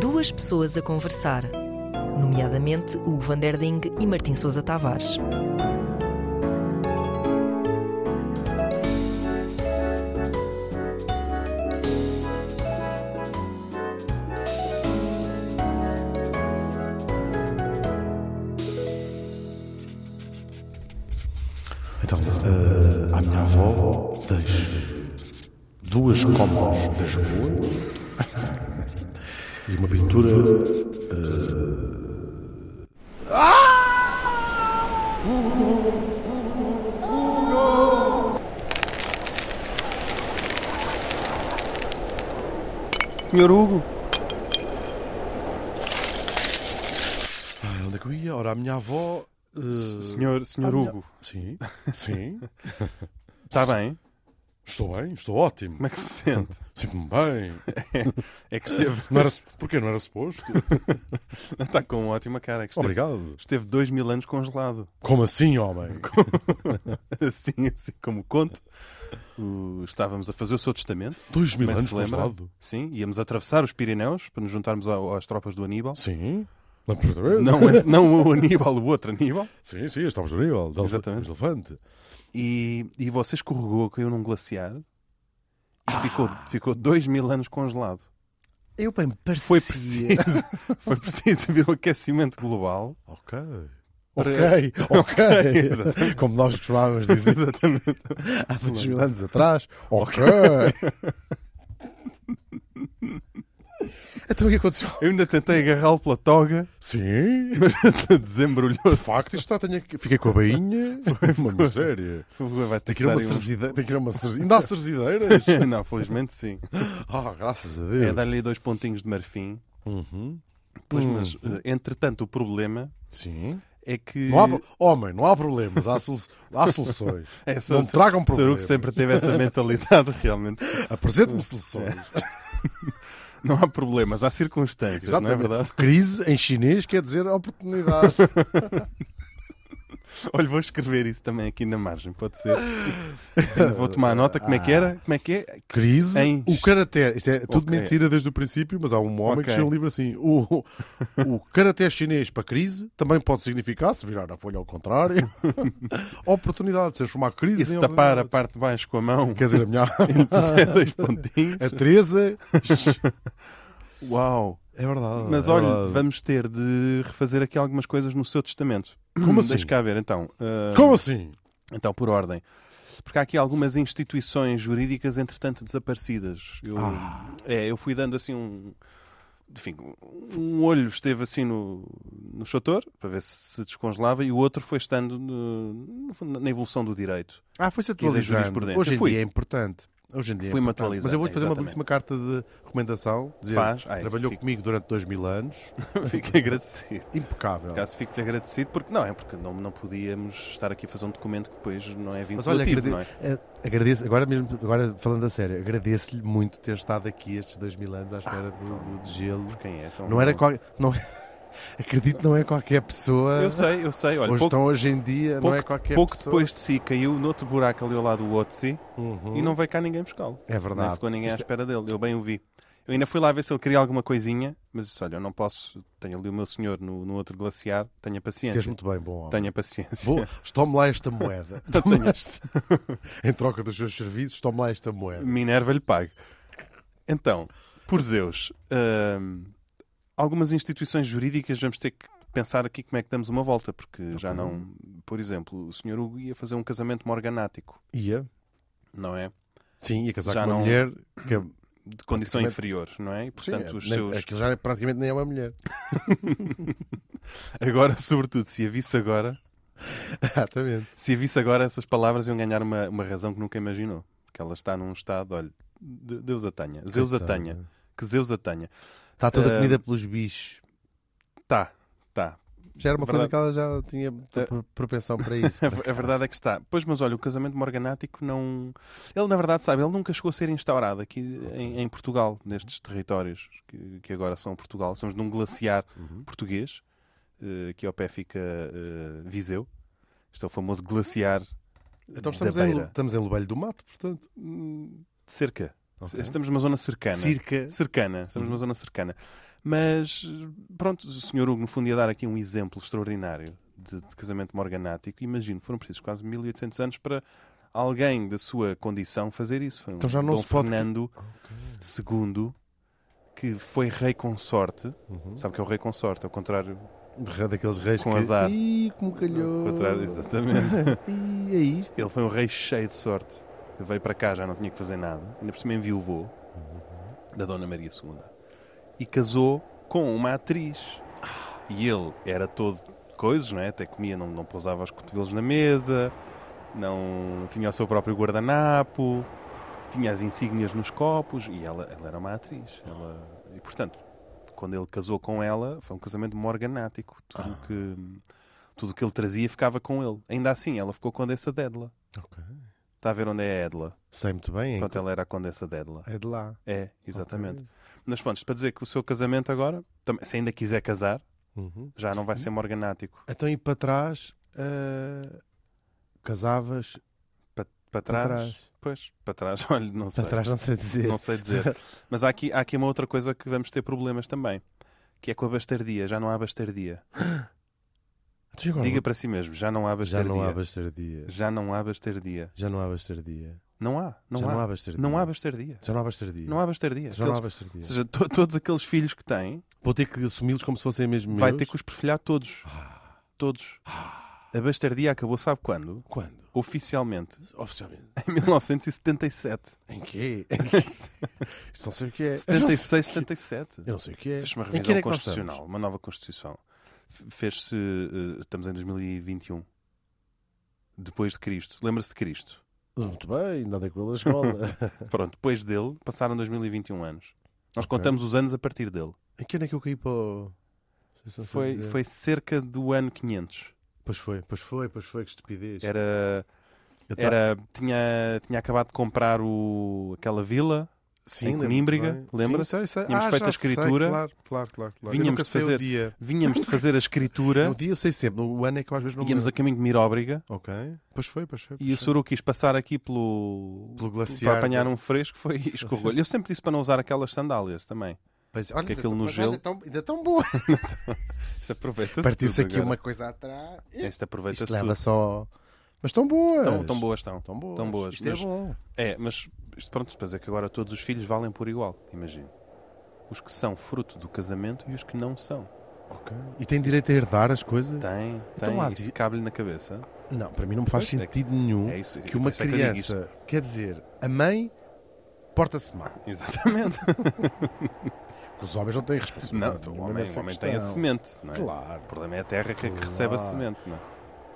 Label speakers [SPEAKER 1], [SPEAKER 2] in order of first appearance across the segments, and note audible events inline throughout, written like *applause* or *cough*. [SPEAKER 1] duas pessoas a conversar, nomeadamente o Van der Ding e Martin Sousa Tavares.
[SPEAKER 2] Então, eh, à minha avó deixo duas copas de Lisboa *laughs* e uma pintura. eh,
[SPEAKER 3] Senhor Hugo,
[SPEAKER 2] Ah, onde é que eu ia? Ora, a minha avó. eh,
[SPEAKER 3] senhor,
[SPEAKER 2] à
[SPEAKER 3] senhor
[SPEAKER 2] minha-
[SPEAKER 3] Hugo, *laughs*
[SPEAKER 2] Sim, sim.
[SPEAKER 3] está bem?
[SPEAKER 2] Estou bem, estou ótimo.
[SPEAKER 3] Como é que se sente?
[SPEAKER 2] Sinto-me bem.
[SPEAKER 3] É que esteve, *laughs*
[SPEAKER 2] Não era, su- porquê não era suposto?
[SPEAKER 3] está com ótima cara, é que esteve,
[SPEAKER 2] Obrigado.
[SPEAKER 3] esteve dois mil anos congelado. *laughs*
[SPEAKER 2] Como assim, homem?
[SPEAKER 3] Assim, assim como conto, o- estávamos a fazer o seu testamento.
[SPEAKER 2] Dois mil
[SPEAKER 3] mas
[SPEAKER 2] anos
[SPEAKER 3] se lembra?
[SPEAKER 2] congelado.
[SPEAKER 3] Sim, íamos atravessar os Pirineus para nos juntarmos ao- às tropas do Aníbal.
[SPEAKER 2] Sim. Lembro-me outra vez?
[SPEAKER 3] Não, *laughs* esse- não o Aníbal, o outro Aníbal.
[SPEAKER 2] Sim, sim, estamos no nível. do
[SPEAKER 3] Exatamente.
[SPEAKER 2] elefante.
[SPEAKER 3] E, e você escorregou, caiu num glaciar e ficou, ficou dois mil anos congelado.
[SPEAKER 2] Ah. Eu bem parecia.
[SPEAKER 3] Foi preciso, *laughs* foi preciso vir o aquecimento global
[SPEAKER 2] Ok.
[SPEAKER 3] Para-
[SPEAKER 2] Ok, *laughs* ok. Como nós costumávamos *laughs* dizer
[SPEAKER 3] *laughs* Exatamente.
[SPEAKER 2] há dois mil anos atrás. Ok. *laughs* então o que aconteceu?
[SPEAKER 3] Eu ainda tentei agarrá-lo pela toga,
[SPEAKER 2] Sim.
[SPEAKER 3] mas *laughs*
[SPEAKER 2] De
[SPEAKER 3] desembrulhou-se.
[SPEAKER 2] facto, isto está. Tenho... aqui- Fiquei com a bainha. Foi uma miséria.
[SPEAKER 3] Vai
[SPEAKER 2] Tem
[SPEAKER 3] ter
[SPEAKER 2] que
[SPEAKER 3] que
[SPEAKER 2] ir a
[SPEAKER 3] dar
[SPEAKER 2] é uma
[SPEAKER 3] aí um-
[SPEAKER 2] cerzideira. Tem que ir a uma cerzi- Ainda há *laughs* cerzideiras.
[SPEAKER 3] Não, felizmente sim.
[SPEAKER 2] Ah, graças a
[SPEAKER 3] É
[SPEAKER 2] Deus.
[SPEAKER 3] dar-lhe dois pontinhos de marfim.
[SPEAKER 2] Uhum.
[SPEAKER 3] Pois, mas, eh, entretanto, o problema
[SPEAKER 2] Sim.
[SPEAKER 3] é que.
[SPEAKER 2] Não há... pro- Homem, não há problemas. Há, solu- há soluções.
[SPEAKER 3] É, só-
[SPEAKER 2] Não me tragam
[SPEAKER 3] o Sarugo
[SPEAKER 2] problemas.
[SPEAKER 3] sempre teve essa mentalidade, *laughs* realmente.
[SPEAKER 2] Apresente-me soluções.
[SPEAKER 3] Não há problemas, há circunstâncias, não é
[SPEAKER 2] Exatamente.
[SPEAKER 3] verdade? *laughs*
[SPEAKER 2] Crise em chinês quer dizer oportunidade.
[SPEAKER 3] Olha, vou escrever isso também aqui na margem, pode ser. Isso. Vou tomar nota. Como é que
[SPEAKER 2] Ah.
[SPEAKER 3] era? Como é que é?
[SPEAKER 2] Crise.
[SPEAKER 3] Em-
[SPEAKER 2] O caractere. Isto é tudo
[SPEAKER 3] Ok.
[SPEAKER 2] mentira desde o princípio, mas há um homem que
[SPEAKER 3] Ok.
[SPEAKER 2] escreveu um livro assim. O, o caractere chinês para crise também pode significar, se virar a folha ao
[SPEAKER 3] *laughs*
[SPEAKER 2] contrário, oportunidade. Se eu chamar crise.
[SPEAKER 3] E se
[SPEAKER 2] em
[SPEAKER 3] tapar a
[SPEAKER 2] oportunidade.
[SPEAKER 3] parte de baixo com
[SPEAKER 2] *laughs*
[SPEAKER 3] a mão, *laughs*
[SPEAKER 2] Quer dizer, a minha.
[SPEAKER 3] é dois pontinhos.
[SPEAKER 2] a Teresa.
[SPEAKER 3] Uau!
[SPEAKER 2] É verdade.
[SPEAKER 3] Mas
[SPEAKER 2] é
[SPEAKER 3] olha,
[SPEAKER 2] verdade.
[SPEAKER 3] vamos ter de refazer aqui algumas coisas no seu testamento.
[SPEAKER 2] Como assim?
[SPEAKER 3] Deixa cá ver, então. Ah,
[SPEAKER 2] Como assim?
[SPEAKER 3] Então, por ordem. Porque há aqui algumas instituições jurídicas, entretanto, desaparecidas. Eu,
[SPEAKER 2] Ah.
[SPEAKER 3] é, eu fui dando assim um. Enfim, um olho esteve assim no, no chotor, para ver se se descongelava, e o outro foi estando no- no fundo, na evolução do
[SPEAKER 2] *laughs*
[SPEAKER 3] direito.
[SPEAKER 2] Ah, foi-se
[SPEAKER 3] da
[SPEAKER 2] atualizando.
[SPEAKER 3] jurisprudência.
[SPEAKER 2] Hoje em
[SPEAKER 3] Fui.
[SPEAKER 2] dia é importante. Hoje em dia é
[SPEAKER 3] Fui-me
[SPEAKER 2] importante.
[SPEAKER 3] atualizando,
[SPEAKER 2] Mas eu vou-lhe fazer uma
[SPEAKER 3] exatamente.
[SPEAKER 2] belíssima carta de recomendação. Dizer,
[SPEAKER 3] Faz. Ai,
[SPEAKER 2] trabalhou
[SPEAKER 3] fico-
[SPEAKER 2] comigo durante dois mil anos.
[SPEAKER 3] Fico agradecido.
[SPEAKER 2] Impecável.
[SPEAKER 3] Por acaso fico-lhe agradecido, porque não, é porque não, não podíamos estar aqui a fazer um documento que depois não é
[SPEAKER 2] Mas olha,
[SPEAKER 3] vinculativo,
[SPEAKER 2] agrade-
[SPEAKER 3] não é?
[SPEAKER 2] eh, agradeço, agora mesmo, agora falando a sério, agradeço-lhe muito ter estado aqui estes dois mil anos
[SPEAKER 3] Ah,
[SPEAKER 2] à espera do,
[SPEAKER 3] então.
[SPEAKER 2] do- do gelo.
[SPEAKER 3] Quem é? Então,
[SPEAKER 2] Não era qual, não, *laughs* acredito que não é qualquer pessoa.
[SPEAKER 3] Eu sei, eu sei. Olha,
[SPEAKER 2] hoje
[SPEAKER 3] pouco,
[SPEAKER 2] estão hoje em dia, não
[SPEAKER 3] pouco-
[SPEAKER 2] é qualquer
[SPEAKER 3] pouco
[SPEAKER 2] pessoa.
[SPEAKER 3] depois de si caiu noutro buraco ali ao lado do outro de si
[SPEAKER 2] Uhum.
[SPEAKER 3] e não veio cá ninguém buscá-lo.
[SPEAKER 2] É
[SPEAKER 3] Não
[SPEAKER 2] verdade.
[SPEAKER 3] ficou ninguém à espera dele. Eu bem o vi. Eu ainda fui lá ver se ele queria alguma coisinha, mas disse, olha, eu não posso. Tenho ali o meu senhor no, no outro glaciar. Tenha
[SPEAKER 2] Tens
[SPEAKER 3] paciência.
[SPEAKER 2] muito bem, bom homem.
[SPEAKER 3] Tenha paciência.
[SPEAKER 2] Vou- Tome lá esta moeda. Tome lá esta- *laughs* em troca dos seus serviços, tome lá esta moeda.
[SPEAKER 3] *laughs* Minerva lhe pague. Então, por Zeus, hum, algumas instituições jurídicas vamos ter que pensar aqui como é que damos uma volta, porque
[SPEAKER 2] Então
[SPEAKER 3] já não. Por exemplo, o senhor Hugo ia fazer um casamento morganático,
[SPEAKER 2] Ia.
[SPEAKER 3] não é?
[SPEAKER 2] Sim, ia casar
[SPEAKER 3] Já
[SPEAKER 2] com uma
[SPEAKER 3] não-
[SPEAKER 2] mulher que é-
[SPEAKER 3] De condição
[SPEAKER 2] Praticamente-
[SPEAKER 3] inferior, não é? E, portanto,
[SPEAKER 2] Sim,
[SPEAKER 3] os
[SPEAKER 2] nem-
[SPEAKER 3] seus.
[SPEAKER 2] aquilo já praticamente nem é uma mulher.
[SPEAKER 3] Agora, *laughs* sobretudo, se a visse agora,
[SPEAKER 2] Exatamente.
[SPEAKER 3] se a visse agora, essas palavras iam ganhar uma, uma razão que nunca imaginou. Que ela está num estado, olha, de- Deus a tenha, Zeus a
[SPEAKER 2] Coitada.
[SPEAKER 3] tenha, que Zeus a tenha.
[SPEAKER 2] Está toda
[SPEAKER 3] Ah,
[SPEAKER 2] comida pelos bichos.
[SPEAKER 3] Tá, tá,
[SPEAKER 2] Já era uma coisa
[SPEAKER 3] verdade.
[SPEAKER 2] que ela já tinha muita pro- propensão para isso.
[SPEAKER 3] A,
[SPEAKER 2] por
[SPEAKER 3] a
[SPEAKER 2] acaso.
[SPEAKER 3] verdade *laughs* é que está. Pois, mas olha, o casamento morganático não. Ele, na verdade, sabe, ele nunca chegou a ser instaurado aqui em, em Portugal, nestes territórios que, que agora são Portugal. Estamos num glaciar português, eh, que ao pé fica eh, Viseu. Este é o famoso glaciar
[SPEAKER 2] Então
[SPEAKER 3] da
[SPEAKER 2] estamos em,
[SPEAKER 3] beira.
[SPEAKER 2] estamos em Lobelho do Mato, portanto.
[SPEAKER 3] Hum, Cerca.
[SPEAKER 2] Ok. Uhum.
[SPEAKER 3] Estamos numa zona cercana.
[SPEAKER 2] Circa.
[SPEAKER 3] Cercana, estamos numa zona cercana. Mas pronto, o senhor Hugo, no fundo, ia dar aqui um exemplo extraordinário de, de casamento morganático. Imagino, foram precisos quase 1800 anos para alguém da sua condição fazer isso. Foi um
[SPEAKER 2] Então já não
[SPEAKER 3] Dom
[SPEAKER 2] se pode-
[SPEAKER 3] Fernando II, que foi rei consorte.
[SPEAKER 2] Uhum.
[SPEAKER 3] Sabe o que é o rei consorte, ao contrário.
[SPEAKER 2] De ré daqueles reis
[SPEAKER 3] Com
[SPEAKER 2] que...
[SPEAKER 3] azar.
[SPEAKER 2] Ih, como calhou.
[SPEAKER 3] Ao contrário exatamente.
[SPEAKER 2] Ih, é isto.
[SPEAKER 3] Ele foi um rei cheio de sorte. Veio para cá, já não tinha que fazer nada. Ainda por cima enviuvou da Dona Maria II. E casou com uma atriz. E ele era todo coisas, não é? Até comia, não, não pousava os cotovelos na mesa, não tinha o seu próprio guardanapo, tinha as insígnias nos copos. E ela, ela era uma atriz. Ela- E portanto, quando ele casou com ela, foi um casamento morganático. Tudo o que tudo o que ele trazia ficava com ele. Ainda assim, ela ficou condessa Dédla.
[SPEAKER 2] Ok.
[SPEAKER 3] Está a ver onde é a Edla?
[SPEAKER 2] Sei muito bem, hein?
[SPEAKER 3] Pronto, ela era a condessa Dédla.
[SPEAKER 2] É de lá.
[SPEAKER 3] É, exatamente. Mas pronto, isto para dizer que o seu casamento agora, tam- se ainda quiser casar,
[SPEAKER 2] Uhum.
[SPEAKER 3] já não vai ser morganático.
[SPEAKER 2] Então, e para trás, eh, casavas,
[SPEAKER 3] Para,
[SPEAKER 2] para
[SPEAKER 3] para trás,
[SPEAKER 2] trás.
[SPEAKER 3] Pois, para trás, *laughs* olha, não sei.
[SPEAKER 2] Para trás não sei dizer.
[SPEAKER 3] Não sei
[SPEAKER 2] *laughs*
[SPEAKER 3] dizer. Mas há aqui, há aqui uma outra coisa que vamos ter problemas também. Que é com a bastardia. Já não há bastardia.
[SPEAKER 2] Então, e agora?
[SPEAKER 3] Diga para si mesmo, já não há
[SPEAKER 2] já
[SPEAKER 3] bastardia.
[SPEAKER 2] não há bastardia.
[SPEAKER 3] Já não há bastardia.
[SPEAKER 2] Já não há bastardia.
[SPEAKER 3] Não há. Não
[SPEAKER 2] Já
[SPEAKER 3] há.
[SPEAKER 2] não há bastardia.
[SPEAKER 3] Não há bastardia.
[SPEAKER 2] Já não há bastardia.
[SPEAKER 3] Não há bastardia.
[SPEAKER 2] Já não há
[SPEAKER 3] Aqueles-
[SPEAKER 2] bastardia.
[SPEAKER 3] Ou seja, to- todos aqueles filhos que têm,
[SPEAKER 2] Vou ter que assumi-los como se fossem mesmo meus?
[SPEAKER 3] vai ter que os perfilhar todos. Todos. A bastardia acabou, sabe quando?
[SPEAKER 2] Quando?
[SPEAKER 3] Oficialmente, *laughs*
[SPEAKER 2] Oficialmente.
[SPEAKER 3] em 1977.
[SPEAKER 2] Em quê? Isto não sei o que é.
[SPEAKER 3] 76, 77.
[SPEAKER 2] Eu não sei o que é.
[SPEAKER 3] Fez-se uma
[SPEAKER 2] Em que
[SPEAKER 3] revisão
[SPEAKER 2] ano é que nós
[SPEAKER 3] constitucional, uma nova Constituição. F- Fez-se. eh, estamos em 2021. Depois de Cristo. Lembra-se de Cristo.
[SPEAKER 2] estamos? Muito bem, ainda andei com ele na escola.
[SPEAKER 3] Pronto, depois dele, passaram 2021 anos. Nós
[SPEAKER 2] Ok.
[SPEAKER 3] contamos os anos a partir dele.
[SPEAKER 2] *laughs* em que ano é que eu caí para o... Isso não sei
[SPEAKER 3] Foi,
[SPEAKER 2] dizer.
[SPEAKER 3] foi cerca do ano 500.
[SPEAKER 2] Pois foi, pois foi, pois foi, que estupidez.
[SPEAKER 3] Era.
[SPEAKER 2] Eu ta-
[SPEAKER 3] Era, tinha, tinha acabado de comprar o, aquela vila, em
[SPEAKER 2] lembro-me
[SPEAKER 3] Coimbra,
[SPEAKER 2] bem.
[SPEAKER 3] lembra-se?
[SPEAKER 2] Sim, sei, sei.
[SPEAKER 3] Tínhamos
[SPEAKER 2] Ah,
[SPEAKER 3] feito a
[SPEAKER 2] já sei,
[SPEAKER 3] escritura.
[SPEAKER 2] claro, claro, claro. claro.
[SPEAKER 3] Vínhamos
[SPEAKER 2] Eu nunca
[SPEAKER 3] de
[SPEAKER 2] sei
[SPEAKER 3] fazer-
[SPEAKER 2] O dia.
[SPEAKER 3] vínhamos de fazer a escritura,
[SPEAKER 2] O dia eu sei sempre, o ano é que eu às vezes não me
[SPEAKER 3] íamos a
[SPEAKER 2] lembro.
[SPEAKER 3] caminho de Miróbriga
[SPEAKER 2] Ok, pois foi, pois foi.
[SPEAKER 3] e o
[SPEAKER 2] pois foi.
[SPEAKER 3] Soro quis passar aqui pelo,
[SPEAKER 2] Pelo
[SPEAKER 3] para
[SPEAKER 2] glaciar.
[SPEAKER 3] apanhar um fresco foi e escorregou-lhe. Eu sempre disse para não usar aquelas sandálias também.
[SPEAKER 2] Pois, olha,
[SPEAKER 3] que
[SPEAKER 2] ainda
[SPEAKER 3] aquilo
[SPEAKER 2] tão-
[SPEAKER 3] um no
[SPEAKER 2] mas
[SPEAKER 3] gelo-
[SPEAKER 2] Olha, tão, ainda tão
[SPEAKER 3] *laughs*
[SPEAKER 2] boa.
[SPEAKER 3] Isto aproveita-se.
[SPEAKER 2] Partiu-se
[SPEAKER 3] tudo
[SPEAKER 2] aqui
[SPEAKER 3] agora.
[SPEAKER 2] uma coisa atrás.
[SPEAKER 3] Isto aproveita-se
[SPEAKER 2] Isto
[SPEAKER 3] tudo.
[SPEAKER 2] leva só. Mas tão boas.
[SPEAKER 3] Tão, tão boas estão.
[SPEAKER 2] Tão boas.
[SPEAKER 3] Tão boas,
[SPEAKER 2] Isto
[SPEAKER 3] mas-
[SPEAKER 2] é bom.
[SPEAKER 3] É, mas isto pronto, para dizer que agora todos os filhos valem por igual, imagino. Os que são fruto do casamento e os que não são.
[SPEAKER 2] Ok. E tem direito a herdar as coisas?
[SPEAKER 3] Tem,
[SPEAKER 2] Então
[SPEAKER 3] tem,
[SPEAKER 2] há
[SPEAKER 3] isto
[SPEAKER 2] de-
[SPEAKER 3] cabe-lhe na cabeça.
[SPEAKER 2] Não, para mim não me faz
[SPEAKER 3] Pois, é que-
[SPEAKER 2] sentido nenhum
[SPEAKER 3] É isso.
[SPEAKER 2] que
[SPEAKER 3] por
[SPEAKER 2] uma
[SPEAKER 3] isso é eu digo isto.
[SPEAKER 2] criança. Quer dizer, a mãe porta-se mal.
[SPEAKER 3] Exatamente.
[SPEAKER 2] Porque Os homens *laughs* não então têm
[SPEAKER 3] Não,
[SPEAKER 2] responsabilidade.
[SPEAKER 3] o
[SPEAKER 2] nenhuma
[SPEAKER 3] homem,
[SPEAKER 2] nessa
[SPEAKER 3] o homem tem a
[SPEAKER 2] questão.
[SPEAKER 3] semente, não é?
[SPEAKER 2] Claro.
[SPEAKER 3] O problema é a terra que, que recebe a
[SPEAKER 2] Claro.
[SPEAKER 3] semente, não é?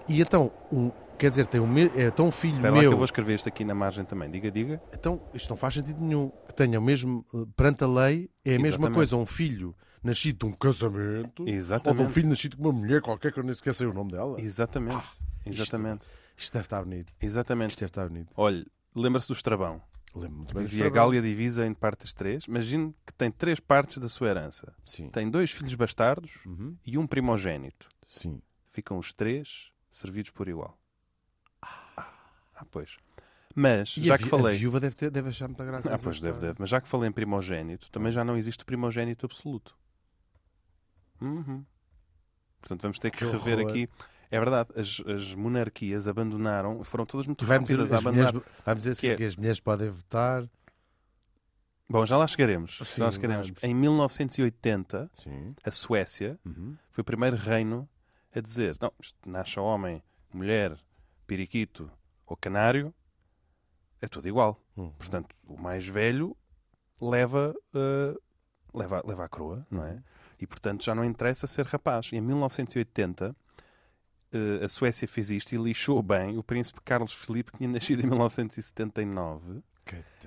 [SPEAKER 2] E então, um- quer dizer, tem um, me- é tão um filho
[SPEAKER 3] Espera lá que
[SPEAKER 2] meu.
[SPEAKER 3] eu vou escrever isto aqui na margem também. Diga, diga.
[SPEAKER 2] Então, isto não faz sentido nenhum. Que tenha o mesmo. eh, Perante a lei, é a mesma
[SPEAKER 3] Exatamente.
[SPEAKER 2] coisa. Um filho nascido de um casamento. Ou de um
[SPEAKER 3] Exatamente.
[SPEAKER 2] filho nascido de uma mulher qualquer que eu nem sequer sei o nome dela.
[SPEAKER 3] Exatamente.
[SPEAKER 2] isto-
[SPEAKER 3] Exatamente.
[SPEAKER 2] Isto deve estar bonito.
[SPEAKER 3] Ah, é- Exatamente.
[SPEAKER 2] Isto é- deve estar bonito.
[SPEAKER 3] Olha, lembra-se do Estrabão.
[SPEAKER 2] Lembro muito bem.
[SPEAKER 3] Dizia a Gália divisa em partes três. Imagine que tem três partes da sua herança.
[SPEAKER 2] Sim.
[SPEAKER 3] Tem dois filhos bastardos
[SPEAKER 2] Uhum.
[SPEAKER 3] e um primogênito.
[SPEAKER 2] Sim.
[SPEAKER 3] Ficam os três servidos por igual. Ah, pois. Mas,
[SPEAKER 2] E
[SPEAKER 3] já
[SPEAKER 2] a,
[SPEAKER 3] que
[SPEAKER 2] vi-
[SPEAKER 3] falei...
[SPEAKER 2] A viúva deve, ter, deve achar muita graça.
[SPEAKER 3] Ah,
[SPEAKER 2] essa
[SPEAKER 3] pois deve,
[SPEAKER 2] história.
[SPEAKER 3] deve. Mas já que falei em primogénito,
[SPEAKER 2] Ah.
[SPEAKER 3] também já não existe o primogénito absoluto. Uhum. Portanto, vamos ter que,
[SPEAKER 2] Que
[SPEAKER 3] rever
[SPEAKER 2] horror.
[SPEAKER 3] aqui. É verdade, as, as monarquias abandonaram, foram todas muito
[SPEAKER 2] Tu vai dizer,
[SPEAKER 3] rápidas a
[SPEAKER 2] as
[SPEAKER 3] abandonar.
[SPEAKER 2] mulheres, vai dizer assim
[SPEAKER 3] Que é-
[SPEAKER 2] que as mulheres podem votar.
[SPEAKER 3] Bom, já lá chegaremos.
[SPEAKER 2] Sim,
[SPEAKER 3] já lá chegaremos.
[SPEAKER 2] vamos.
[SPEAKER 3] Em 1980,
[SPEAKER 2] Sim.
[SPEAKER 3] a Suécia
[SPEAKER 2] Uhum.
[SPEAKER 3] foi o primeiro reino a dizer: não, isto nasce homem, mulher, periquito ou canário, é tudo igual.
[SPEAKER 2] Uhum.
[SPEAKER 3] Portanto, o mais velho leva, eh, leva, leva a coroa, não
[SPEAKER 2] Uhum.
[SPEAKER 3] é? E, portanto, já não interessa ser rapaz. E em 1980, eh, a Suécia fez isto e lixou bem o príncipe Carlos Filipe, que tinha nascido em 1979.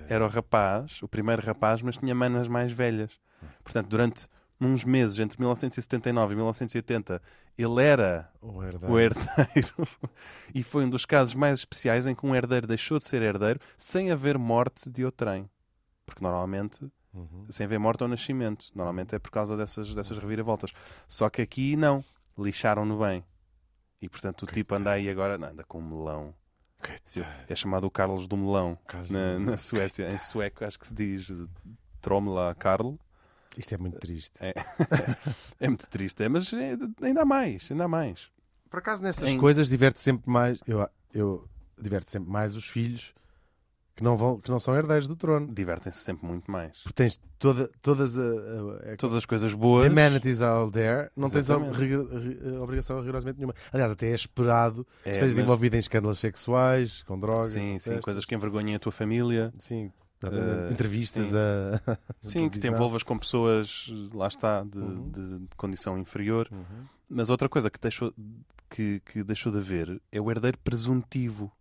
[SPEAKER 3] Era o rapaz, o primeiro rapaz, mas tinha manas mais velhas. Portanto, durante uns meses, entre 1979 e 1980, ele era
[SPEAKER 2] O
[SPEAKER 3] o
[SPEAKER 2] herdeiro.
[SPEAKER 3] herdeiro. *laughs* E foi um dos casos mais especiais em que um herdeiro deixou de ser herdeiro sem haver morte de outrem. Porque normalmente,
[SPEAKER 2] Uhum.
[SPEAKER 3] sem haver morte ou nascimento, normalmente é por causa dessas, dessas reviravoltas. Só que aqui não, lixaram-no bem. E portanto o tipo anda aí agora, não, anda com um melão. É chamado o Carlos do Melão
[SPEAKER 2] Carlos do
[SPEAKER 3] na,
[SPEAKER 2] Melão.
[SPEAKER 3] na Suécia. Em sueco acho que se diz Tromla Karl.
[SPEAKER 2] Isto é muito triste.
[SPEAKER 3] É, é muito triste, é, mas é- ainda há mais, ainda há mais.
[SPEAKER 2] Por acaso, nessas
[SPEAKER 3] Em-
[SPEAKER 2] coisas, diverte sempre mais. Eu, eu diverto sempre mais os filhos que não, vão, que não são herdeiros do trono.
[SPEAKER 3] Divertem-se sempre muito mais.
[SPEAKER 2] Porque tens toda, todas a. a, a
[SPEAKER 3] Todas as coisas boas.
[SPEAKER 2] Amenities are all there, não
[SPEAKER 3] Exatamente.
[SPEAKER 2] tens a, rigor- ri- a obrigação rigorosamente nenhuma. Aliás, até é esperado que
[SPEAKER 3] É,
[SPEAKER 2] estejas
[SPEAKER 3] mas-
[SPEAKER 2] envolvido em escândalos sexuais, com drogas, é?
[SPEAKER 3] Sim,
[SPEAKER 2] com
[SPEAKER 3] sim,
[SPEAKER 2] testes.
[SPEAKER 3] coisas que envergonhem a
[SPEAKER 2] *laughs*
[SPEAKER 3] tua família.
[SPEAKER 2] Sim, exatamente.
[SPEAKER 3] Eh,
[SPEAKER 2] entrevistas
[SPEAKER 3] sim.
[SPEAKER 2] a.
[SPEAKER 3] *laughs* Sim, que te
[SPEAKER 2] televisão.
[SPEAKER 3] envolvas com pessoas, lá está, de,
[SPEAKER 2] Uhum.
[SPEAKER 3] de- de condição inferior. Mas outra coisa que deixou, que, que deixou de haver é o herdeiro presuntivo,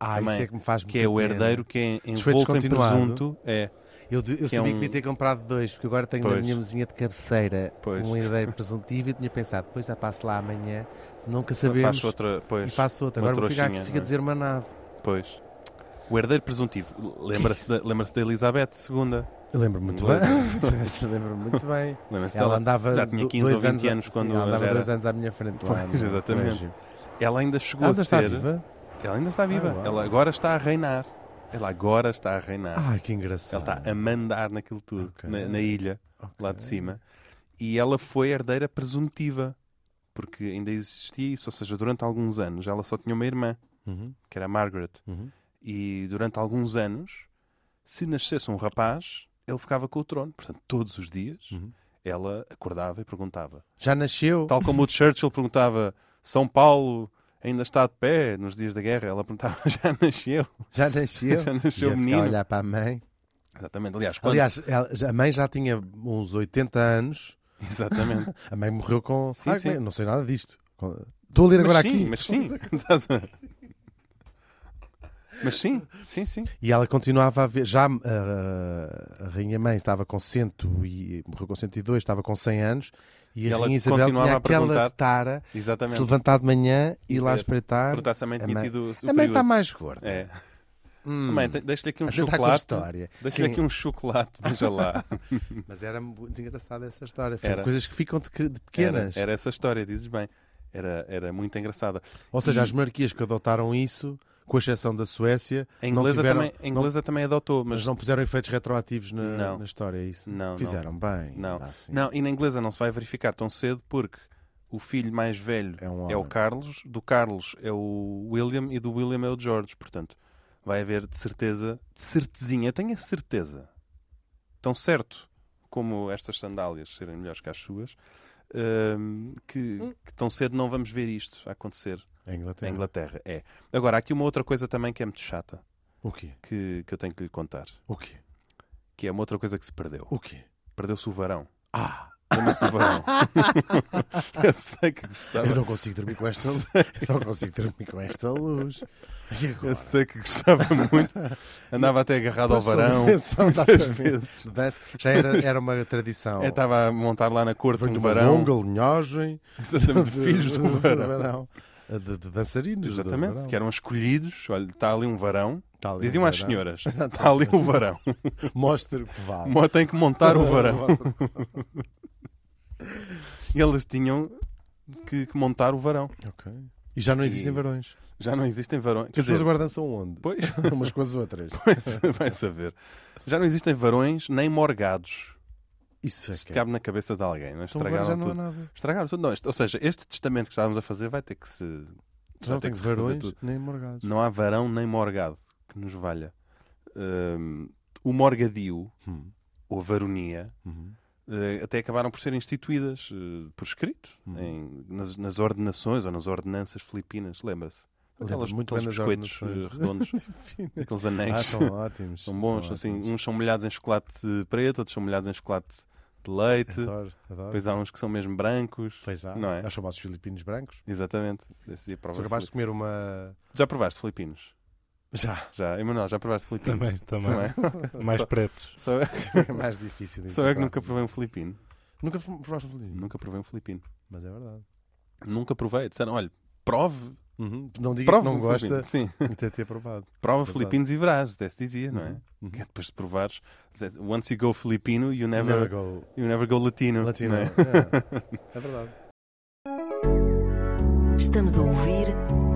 [SPEAKER 2] Ah, isso
[SPEAKER 3] Também,
[SPEAKER 2] é que me faz
[SPEAKER 3] que é o
[SPEAKER 2] muita pena.
[SPEAKER 3] herdeiro que é
[SPEAKER 2] Isso foi
[SPEAKER 3] envolto em
[SPEAKER 2] descontinuado.
[SPEAKER 3] presunto. É,
[SPEAKER 2] Eu, de- eu
[SPEAKER 3] que é
[SPEAKER 2] sabia
[SPEAKER 3] um-
[SPEAKER 2] que devia ter comprado dois, porque agora tenho na
[SPEAKER 3] Pois.
[SPEAKER 2] minha mesinha de cabeceira
[SPEAKER 3] Pois.
[SPEAKER 2] um herdeiro presuntivo e tinha pensado, depois já passo lá amanhã, se nunca sabemos,
[SPEAKER 3] faz outra.
[SPEAKER 2] e
[SPEAKER 3] Pois,
[SPEAKER 2] faço outra.
[SPEAKER 3] uma
[SPEAKER 2] Agora vou ficar
[SPEAKER 3] trouxinha,
[SPEAKER 2] fica
[SPEAKER 3] não é?
[SPEAKER 2] desarmanado.
[SPEAKER 3] pois. O herdeiro presuntivo. Lembra-se da, lembra da Elizabeth II.
[SPEAKER 2] Eu lembro-me muito
[SPEAKER 3] Não
[SPEAKER 2] bem.
[SPEAKER 3] é?
[SPEAKER 2] lembro-me muito bem. *laughs*
[SPEAKER 3] *laughs* Lembra-se
[SPEAKER 2] Ela
[SPEAKER 3] dela?
[SPEAKER 2] andava
[SPEAKER 3] já tinha
[SPEAKER 2] do-
[SPEAKER 3] 15 ou
[SPEAKER 2] dois
[SPEAKER 3] 20
[SPEAKER 2] a-
[SPEAKER 3] anos
[SPEAKER 2] sim,
[SPEAKER 3] quando
[SPEAKER 2] ela andava
[SPEAKER 3] era-
[SPEAKER 2] dois anos à minha frente lá.
[SPEAKER 3] Pois,
[SPEAKER 2] no
[SPEAKER 3] exatamente.
[SPEAKER 2] colégio.
[SPEAKER 3] Ela ainda chegou
[SPEAKER 2] Ela
[SPEAKER 3] a
[SPEAKER 2] ainda está
[SPEAKER 3] ser.
[SPEAKER 2] viva?
[SPEAKER 3] Ela ainda está viva.
[SPEAKER 2] Ah, uau.
[SPEAKER 3] Ela agora está a reinar. Ela agora está a reinar.
[SPEAKER 2] Ai, Ah, que engraçado.
[SPEAKER 3] Ela está a mandar naquilo tudo,
[SPEAKER 2] Ok.
[SPEAKER 3] na, na ilha, lá de cima. E ela foi herdeira presuntiva, porque ainda existia isso. Ou seja, durante alguns anos ela só tinha uma irmã,
[SPEAKER 2] Uhum,
[SPEAKER 3] que era a Margaret.
[SPEAKER 2] uhum.
[SPEAKER 3] E durante alguns anos, se nascesse um rapaz, ele ficava com o trono. Portanto, todos os dias,
[SPEAKER 2] Uhum.
[SPEAKER 3] ela acordava e perguntava.
[SPEAKER 2] Já nasceu?
[SPEAKER 3] Tal como o Churchill perguntava, São Paulo ainda está de pé nos dias da guerra? Ela perguntava, *laughs* já nasceu?
[SPEAKER 2] Já nasceu?
[SPEAKER 3] *laughs* Já nasceu
[SPEAKER 2] Ia ficar
[SPEAKER 3] o menino?
[SPEAKER 2] a olhar para a mãe.
[SPEAKER 3] Exatamente. Aliás, quando...
[SPEAKER 2] Aliás, ela- já- a mãe já tinha uns 80 anos.
[SPEAKER 3] *laughs* Exatamente.
[SPEAKER 2] A mãe morreu com.
[SPEAKER 3] Sim,
[SPEAKER 2] Ah, como é?
[SPEAKER 3] sim.
[SPEAKER 2] Não sei nada disto. Estou a ler agora
[SPEAKER 3] mas
[SPEAKER 2] aqui.
[SPEAKER 3] Sim, mas sim. Estás
[SPEAKER 2] *laughs*
[SPEAKER 3] a- mas sim, sim, sim.
[SPEAKER 2] E ela continuava a ver. Já ah, a Rainha Mãe estava com 100 e. morreu com 102, estava com 100 anos. E,
[SPEAKER 3] E
[SPEAKER 2] a
[SPEAKER 3] ela
[SPEAKER 2] Rainha Isabel
[SPEAKER 3] continuava
[SPEAKER 2] tinha
[SPEAKER 3] a perguntar.
[SPEAKER 2] aquela tara de se
[SPEAKER 3] Exatamente.
[SPEAKER 2] levantar de manhã e ir
[SPEAKER 3] E
[SPEAKER 2] lá
[SPEAKER 3] ver.
[SPEAKER 2] espreitar.
[SPEAKER 3] Perguntar se a mãe
[SPEAKER 2] A
[SPEAKER 3] tinha
[SPEAKER 2] é mãe-
[SPEAKER 3] tido o
[SPEAKER 2] A mãe
[SPEAKER 3] período.
[SPEAKER 2] está mais gorda.
[SPEAKER 3] É.
[SPEAKER 2] Hum,
[SPEAKER 3] Mãe, te- deixa-lhe aqui um
[SPEAKER 2] a tentar com a
[SPEAKER 3] chocolate.
[SPEAKER 2] história.
[SPEAKER 3] Deixa-lhe
[SPEAKER 2] Sim.
[SPEAKER 3] aqui um chocolate,
[SPEAKER 2] *laughs*
[SPEAKER 3] veja lá.
[SPEAKER 2] Mas era muito engraçada essa história. Foram
[SPEAKER 3] É. Era.
[SPEAKER 2] coisas que ficam de, que- de
[SPEAKER 3] Era,
[SPEAKER 2] pequenas.
[SPEAKER 3] era essa história, dizes bem. Era, era muito engraçada.
[SPEAKER 2] Ou seja,
[SPEAKER 3] E-
[SPEAKER 2] as monarquias que adotaram isso, com exceção da Suécia,
[SPEAKER 3] A
[SPEAKER 2] não
[SPEAKER 3] inglesa,
[SPEAKER 2] tiveram-
[SPEAKER 3] também, a inglesa também adotou, mas
[SPEAKER 2] mas não puseram efeitos retroativos na,
[SPEAKER 3] Não.
[SPEAKER 2] na história, é isso?
[SPEAKER 3] Não, não.
[SPEAKER 2] Fizeram bem.
[SPEAKER 3] Não.
[SPEAKER 2] dá assim.
[SPEAKER 3] Não, e na inglesa não se vai verificar tão cedo porque o filho mais velho
[SPEAKER 2] É um
[SPEAKER 3] é o
[SPEAKER 2] homem.
[SPEAKER 3] Carlos, do Carlos é o William e do William é o George. Portanto, vai haver de certeza, de certezinha, tenho a certeza, tão certo como estas sandálias serem melhores que as suas, hum, que, que tão cedo não vamos ver isto a acontecer
[SPEAKER 2] A Inglaterra.
[SPEAKER 3] na Inglaterra. É. Agora, há aqui uma outra coisa também que é muito chata
[SPEAKER 2] O quê?
[SPEAKER 3] que, que eu tenho que lhe contar,
[SPEAKER 2] O quê?
[SPEAKER 3] que é uma outra coisa que se perdeu.
[SPEAKER 2] O quê?
[SPEAKER 3] Perdeu-se o varão.
[SPEAKER 2] Ah,
[SPEAKER 3] Chama-se o varão. eu sei que gostava.
[SPEAKER 2] eu não consigo dormir com esta
[SPEAKER 3] *laughs*
[SPEAKER 2] luz. Eu não consigo dormir com esta luz. E agora?
[SPEAKER 3] Eu sei que gostava *laughs* muito. Andava até agarrado ao
[SPEAKER 2] Passou
[SPEAKER 3] varão.
[SPEAKER 2] *laughs* a
[SPEAKER 3] *laughs*
[SPEAKER 2] pensão da-
[SPEAKER 3] muitas vezes.
[SPEAKER 2] Dança. Já era, era uma tradição.
[SPEAKER 3] Eu Estava a montar lá na corte
[SPEAKER 2] Foi de
[SPEAKER 3] um
[SPEAKER 2] uma
[SPEAKER 3] varão.
[SPEAKER 2] longa linhagem
[SPEAKER 3] Exatamente, de *laughs*
[SPEAKER 2] *laughs*
[SPEAKER 3] filhos do varão.
[SPEAKER 2] De, de dançarinos. do
[SPEAKER 3] Exatamente,
[SPEAKER 2] varão.
[SPEAKER 3] que eram escolhidos. Olha, está ali um varão.
[SPEAKER 2] Tá ali
[SPEAKER 3] Diziam
[SPEAKER 2] um
[SPEAKER 3] às
[SPEAKER 2] varão. *laughs*
[SPEAKER 3] senhoras: está ali o varão.
[SPEAKER 2] Mostra que
[SPEAKER 3] *laughs*
[SPEAKER 2] vale.
[SPEAKER 3] Mo- Tem que montar
[SPEAKER 2] *laughs*
[SPEAKER 3] o varão. E elas tinham que, que montar o varão.
[SPEAKER 2] Ok. E já não existem
[SPEAKER 3] E-
[SPEAKER 2] varões.
[SPEAKER 3] Já não existem varões. Quer
[SPEAKER 2] As pessoas
[SPEAKER 3] dizer,
[SPEAKER 2] agora dançam
[SPEAKER 3] *laughs*
[SPEAKER 2] onde?
[SPEAKER 3] pois,
[SPEAKER 2] Umas com as outras. *laughs*
[SPEAKER 3] *laughs* vai saber. Já não existem varões nem morgados.
[SPEAKER 2] Isso é
[SPEAKER 3] Isto
[SPEAKER 2] que é.
[SPEAKER 3] cabe na cabeça de alguém, mas
[SPEAKER 2] Então agora
[SPEAKER 3] estragaram
[SPEAKER 2] já não
[SPEAKER 3] tudo.
[SPEAKER 2] há nada.
[SPEAKER 3] Estragaram tudo. Não, isto- ou seja, este testamento que estávamos a fazer vai ter que se.
[SPEAKER 2] Tu não
[SPEAKER 3] vai ter que
[SPEAKER 2] tens
[SPEAKER 3] se refazer
[SPEAKER 2] varões
[SPEAKER 3] tudo.
[SPEAKER 2] nem morgados.
[SPEAKER 3] Não há varão nem morgado que nos valha. Hum, o morgadio,
[SPEAKER 2] Hum,
[SPEAKER 3] ou varonia,
[SPEAKER 2] uhum.
[SPEAKER 3] eh, até acabaram por ser instituídas eh, por escrito
[SPEAKER 2] Hum.
[SPEAKER 3] em- nas, nas ordenações ou nas ordenanças filipinas, lembra-se?
[SPEAKER 2] Lembro-me
[SPEAKER 3] Aquelas-
[SPEAKER 2] muito bem
[SPEAKER 3] aqueles
[SPEAKER 2] das
[SPEAKER 3] biscoitos eh,
[SPEAKER 2] ordenações. *laughs*
[SPEAKER 3] redondos, aqueles anéis.
[SPEAKER 2] Ah,
[SPEAKER 3] *laughs* são,
[SPEAKER 2] são ótimos.
[SPEAKER 3] bons, assim, uns são molhados em chocolate preto, outros são molhados em chocolate de leite,
[SPEAKER 2] Adoro, adoro.
[SPEAKER 3] depois há uns que são mesmo brancos.
[SPEAKER 2] Pois há.
[SPEAKER 3] Não é?
[SPEAKER 2] Aos chamados filipinos brancos.
[SPEAKER 3] Exatamente. Esse ia
[SPEAKER 2] Sou
[SPEAKER 3] provar
[SPEAKER 2] capaz de comer uma.
[SPEAKER 3] fili- Já provaste filipinos?
[SPEAKER 2] *laughs* Já,
[SPEAKER 3] Já, Emanuel, já provaste é? filipinos?
[SPEAKER 4] Também, também.
[SPEAKER 3] *laughs*
[SPEAKER 4] Mais pretos.
[SPEAKER 2] *laughs*
[SPEAKER 3] Só,
[SPEAKER 2] é mais difícil. de
[SPEAKER 3] só eu que nunca
[SPEAKER 2] encontrar.
[SPEAKER 3] provei um filipino.
[SPEAKER 2] Nunca fu- provaste um filipino.
[SPEAKER 3] Nunca provei um filipino.
[SPEAKER 2] Mas é verdade.
[SPEAKER 3] Nunca provei. Disseram, olha, prove.
[SPEAKER 2] Uhum. Não diga
[SPEAKER 3] Prove
[SPEAKER 2] que
[SPEAKER 3] um
[SPEAKER 2] não gosta *laughs*
[SPEAKER 3] filipino. Sim,
[SPEAKER 2] de ter, ter provado.
[SPEAKER 3] prova
[SPEAKER 2] Verdade.
[SPEAKER 3] filipinos e verás. Até se dizia, *laughs* não é?
[SPEAKER 2] Uhum.
[SPEAKER 3] Que é depois de provares, once you go filipino, you never,
[SPEAKER 2] Never go
[SPEAKER 3] you never go latino.
[SPEAKER 2] latino.
[SPEAKER 3] não é?
[SPEAKER 2] É. é verdade.
[SPEAKER 3] *laughs*
[SPEAKER 1] Estamos a ouvir